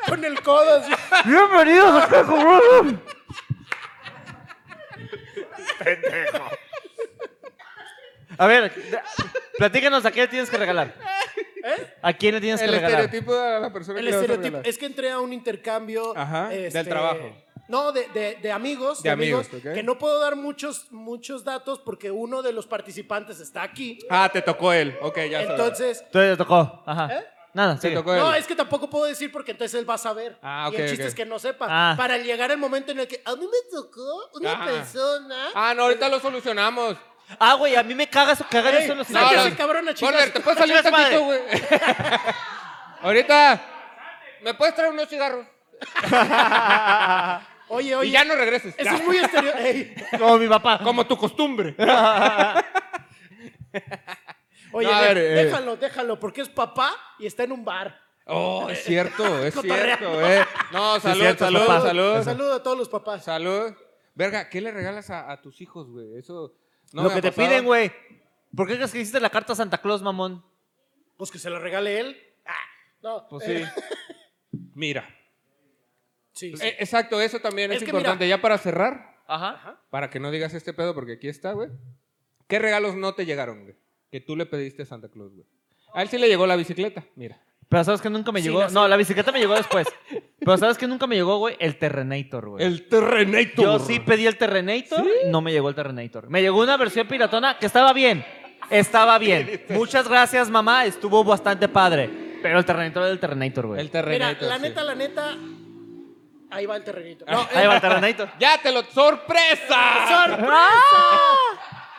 [SPEAKER 3] Con el codo. así.
[SPEAKER 1] Bienvenidos a Caco Brother. Pendejo. A ver, de- platícanos a quién le tienes que regalar. ¿A quién le tienes que
[SPEAKER 2] El
[SPEAKER 1] regalar?
[SPEAKER 2] estereotipo de la persona
[SPEAKER 3] El
[SPEAKER 2] que le vas a
[SPEAKER 3] estereotipo.
[SPEAKER 2] regalar.
[SPEAKER 3] Es que entré a un intercambio. este,
[SPEAKER 2] Ajá, del trabajo.
[SPEAKER 3] No, de, de- de amigos.
[SPEAKER 2] De amigos, ok.
[SPEAKER 3] Que no puedo dar muchos, muchos datos porque uno de los participantes está aquí.
[SPEAKER 2] Ah, te tocó él. Ok, ya sabes.
[SPEAKER 3] entonces.
[SPEAKER 1] Tú te tocó. Ajá.
[SPEAKER 3] ¿Eh?
[SPEAKER 1] Nada,
[SPEAKER 2] te
[SPEAKER 1] sigue.
[SPEAKER 2] tocó él.
[SPEAKER 3] No, es que tampoco puedo decir porque entonces él va a saber.
[SPEAKER 2] Ah,
[SPEAKER 3] y
[SPEAKER 2] ok,
[SPEAKER 3] el chiste
[SPEAKER 2] ok.
[SPEAKER 3] es que no sepa.
[SPEAKER 1] Ah.
[SPEAKER 3] Para llegar el momento en el que a mí me tocó una
[SPEAKER 2] Ajá.
[SPEAKER 3] persona.
[SPEAKER 2] Ah, no, ahorita lo solucionamos.
[SPEAKER 1] Ah, güey, a mí me cagas o cagar
[SPEAKER 3] Ey,
[SPEAKER 1] eso en los
[SPEAKER 3] No, sácate
[SPEAKER 1] estereotipos.
[SPEAKER 3] ese cabrón a chingar
[SPEAKER 2] Warner,
[SPEAKER 3] su-
[SPEAKER 2] ¿te puedes salir
[SPEAKER 1] a chingar su
[SPEAKER 2] tantito, güey? <laughs> ahorita, ¿me puedes traer unos cigarros?
[SPEAKER 3] Oye,
[SPEAKER 2] y
[SPEAKER 3] oye.
[SPEAKER 2] ya no regreses.
[SPEAKER 3] Eso es muy
[SPEAKER 2] <laughs>
[SPEAKER 3] estereotipo.
[SPEAKER 1] Como mi papá.
[SPEAKER 2] Como
[SPEAKER 1] <laughs>
[SPEAKER 2] tu costumbre.
[SPEAKER 3] Oye,
[SPEAKER 2] No, a
[SPEAKER 3] de-
[SPEAKER 2] ver, eh.
[SPEAKER 3] déjalo, déjalo, porque es papá y está en un bar.
[SPEAKER 2] Oh, es cierto, es
[SPEAKER 3] Cotorreando.
[SPEAKER 2] cierto, eh. No,
[SPEAKER 1] Sí, es
[SPEAKER 2] salud,
[SPEAKER 1] cierto,
[SPEAKER 2] salud,
[SPEAKER 1] papá.
[SPEAKER 2] salud. Salud.
[SPEAKER 3] Saludo a todos los papás.
[SPEAKER 2] Verga, ¿qué le regalas a, a tus hijos, güey? Eso. no
[SPEAKER 1] Lo
[SPEAKER 2] me
[SPEAKER 1] que
[SPEAKER 2] ha
[SPEAKER 1] te
[SPEAKER 2] pasado.
[SPEAKER 1] piden, güey. ¿Por qué crees que hiciste la carta a Santa Claus, mamón?
[SPEAKER 3] Pues que se lo regale él. Ah, no.
[SPEAKER 2] Pues
[SPEAKER 3] eh,
[SPEAKER 2] sí. Mira.
[SPEAKER 3] sí, sí.
[SPEAKER 2] Eh, exacto, eso también es,
[SPEAKER 3] Es que
[SPEAKER 2] importante. Ya para cerrar,
[SPEAKER 1] Ajá.
[SPEAKER 2] para que no digas este pedo, porque aquí está, güey. ¿Qué regalos no te llegaron, güey? Que tú le pediste a Santa Claus, güey. A él sí le llegó la bicicleta, mira.
[SPEAKER 1] Pero sabes que nunca me
[SPEAKER 3] Sí,
[SPEAKER 1] llegó.
[SPEAKER 3] la-
[SPEAKER 1] No, la bicicleta me llegó después. Pero sabes que nunca me llegó, güey, el Terrenator, güey.
[SPEAKER 2] El Terrenator.
[SPEAKER 1] Yo sí pedí el Terrenator, no me llegó el Terrenator. Me llegó una versión piratona que estaba bien. Estaba bien. Muchas gracias, mamá. Estuvo bastante padre. Pero el Terrenator era el Terrenator, güey.
[SPEAKER 2] El
[SPEAKER 3] Mira,
[SPEAKER 2] Terrenator.
[SPEAKER 3] la
[SPEAKER 2] sí. Ah,
[SPEAKER 3] neta, la neta. Ahí va el terrenito. No,
[SPEAKER 1] Ahí va el
[SPEAKER 2] <laughs>
[SPEAKER 1] Terrenator.
[SPEAKER 2] ¡Ya te lo... ¡Sorpresa!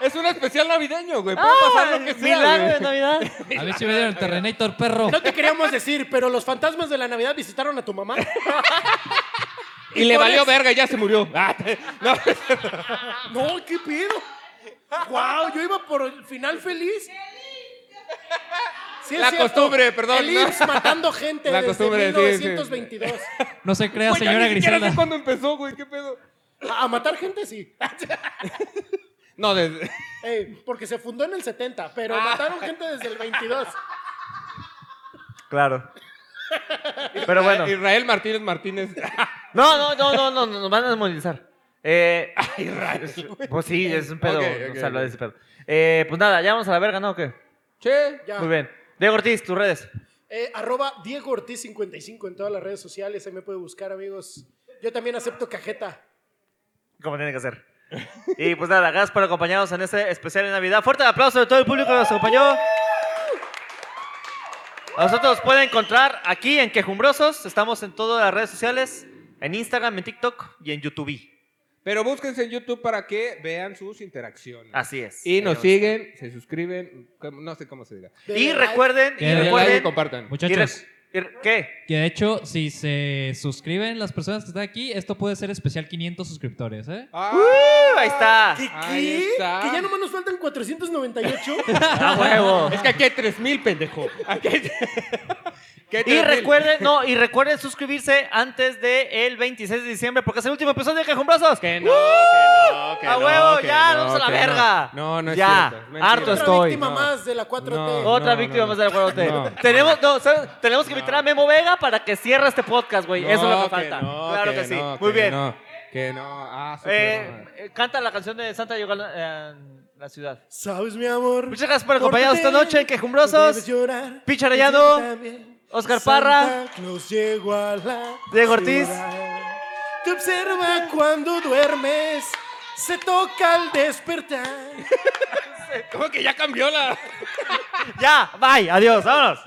[SPEAKER 2] Es un especial navideño, güey. Puede pasar lo que sea,
[SPEAKER 1] Milagro de
[SPEAKER 2] güey.
[SPEAKER 1] Navidad.
[SPEAKER 4] A ver si me dieron el Terrenator, perro.
[SPEAKER 3] no te queríamos decir, pero los fantasmas de la Navidad visitaron a tu mamá.
[SPEAKER 2] Y le valió verga y ya se murió. Ah, no.
[SPEAKER 3] No, ¿qué pido? Wow, yo iba por el final feliz. Sí, es
[SPEAKER 2] La costumbre, perdón,
[SPEAKER 3] El
[SPEAKER 2] ¿no?
[SPEAKER 3] Ips matando gente
[SPEAKER 2] <laughs> La
[SPEAKER 3] desde
[SPEAKER 2] costumbre, sí, sí.
[SPEAKER 3] 1922.
[SPEAKER 4] No se crea,
[SPEAKER 2] Güey, yo
[SPEAKER 4] señora
[SPEAKER 2] ni siquiera
[SPEAKER 4] Griselda.
[SPEAKER 2] sé cuándo empezó, güey. ¿Qué pedo?
[SPEAKER 3] A, a matar gente sí.
[SPEAKER 2] No, desde...
[SPEAKER 3] Ey, porque se fundó en el 70, pero
[SPEAKER 2] Ah.
[SPEAKER 3] mataron gente desde el 22.
[SPEAKER 1] Claro. Pero bueno.
[SPEAKER 2] Eh, Israel Martínez Martínez.
[SPEAKER 1] <laughs>
[SPEAKER 2] <laughs>
[SPEAKER 1] No, no, no, no, no, no, nos van a demonizar. Eh, Pues sí, es un pedo.
[SPEAKER 2] Ok,
[SPEAKER 1] no
[SPEAKER 2] ok,
[SPEAKER 1] se habla
[SPEAKER 2] ok.
[SPEAKER 1] de ese pedo. Eh, pues nada, ya vamos a la verga, ¿no? ¿O qué?
[SPEAKER 2] Che.
[SPEAKER 3] Ya.
[SPEAKER 1] Muy bien. Diego Ortiz, tus redes.
[SPEAKER 3] Eh, arroba Diego Ortiz 55 en todas las redes sociales. Ahí me puede buscar, amigos. Yo también acepto cajeta.
[SPEAKER 1] Como tiene que ser. Y pues nada, gracias por acompañarnos en este especial de Navidad. Fuerte aplauso de todo el público que nos acompañó. A Nosotros nos pueden encontrar aquí en Quejumbrosos. Estamos en todas las redes sociales, en Instagram, en TikTok y en YouTube.
[SPEAKER 2] Pero búsquense en YouTube para que vean sus interacciones.
[SPEAKER 1] Así es.
[SPEAKER 2] Y nos siguen, se suscriben, como- no sé cómo se diga.
[SPEAKER 1] Y recuerden, y
[SPEAKER 4] Que
[SPEAKER 2] Denle like y
[SPEAKER 1] recuerden.
[SPEAKER 2] compartan.
[SPEAKER 1] y re-
[SPEAKER 4] Muchachos,
[SPEAKER 1] y re- ¿Qué?
[SPEAKER 4] que de hecho, si se suscriben las personas que están aquí, esto puede ser especial 500 suscriptores, ¿eh?
[SPEAKER 2] Ah,
[SPEAKER 1] ¡Uh! Ahí está.
[SPEAKER 3] ¿Qué?
[SPEAKER 2] Ahí
[SPEAKER 3] qué?
[SPEAKER 2] está.
[SPEAKER 3] Que ya nomás nos
[SPEAKER 1] <laughs>
[SPEAKER 3] faltan 498.
[SPEAKER 1] A huevo.
[SPEAKER 2] Es que aquí hay 3000, pendejo. <laughs> Aquí hay- aquí hay
[SPEAKER 1] Y
[SPEAKER 2] 3000.
[SPEAKER 1] recuerden, no, y recuerden suscribirse antes del 26 de diciembre porque es el último episodio de Quejumbrosos.
[SPEAKER 2] Que no, que no, que
[SPEAKER 1] a
[SPEAKER 2] no,
[SPEAKER 1] huevo,
[SPEAKER 2] que
[SPEAKER 1] ya,
[SPEAKER 2] no,
[SPEAKER 1] vamos a la
[SPEAKER 2] que no.
[SPEAKER 1] verga.
[SPEAKER 2] No, no es
[SPEAKER 1] Ya,
[SPEAKER 2] cierto. es
[SPEAKER 1] harto
[SPEAKER 2] mentira.
[SPEAKER 3] Otra
[SPEAKER 1] estoy.
[SPEAKER 3] víctima
[SPEAKER 2] No.
[SPEAKER 3] más de la 4T.
[SPEAKER 2] No,
[SPEAKER 1] Otra
[SPEAKER 2] no,
[SPEAKER 1] víctima
[SPEAKER 2] no.
[SPEAKER 1] más del acuérdate.
[SPEAKER 2] No.
[SPEAKER 1] Tenemos, no, ¿sabes? tenemos que invitar a Memo Vega para que cierre este podcast, güey. Eso es lo
[SPEAKER 2] No,
[SPEAKER 1] que falta.
[SPEAKER 2] no,
[SPEAKER 1] claro que, sí.
[SPEAKER 2] no,
[SPEAKER 1] Muy
[SPEAKER 2] que
[SPEAKER 1] bien.
[SPEAKER 2] no, que no. Ah, sí,
[SPEAKER 1] Eh,
[SPEAKER 2] pero no.
[SPEAKER 1] eh, canta la canción de Santa Yoga eh, la ciudad.
[SPEAKER 3] ¿Sabes, mi amor?
[SPEAKER 1] Muchas gracias por acompañarnos esta noche en Quejumbrosos. Picha
[SPEAKER 3] Picha
[SPEAKER 1] Rayado, Oscar Parra.
[SPEAKER 3] Claus llegó a la
[SPEAKER 1] Diego Ortiz.
[SPEAKER 3] ciudad. Te observa cuando duermes. Se toca al despertar.
[SPEAKER 2] ¿Cómo que ya cambió la...?
[SPEAKER 1] Ya, bye, adiós, vámonos.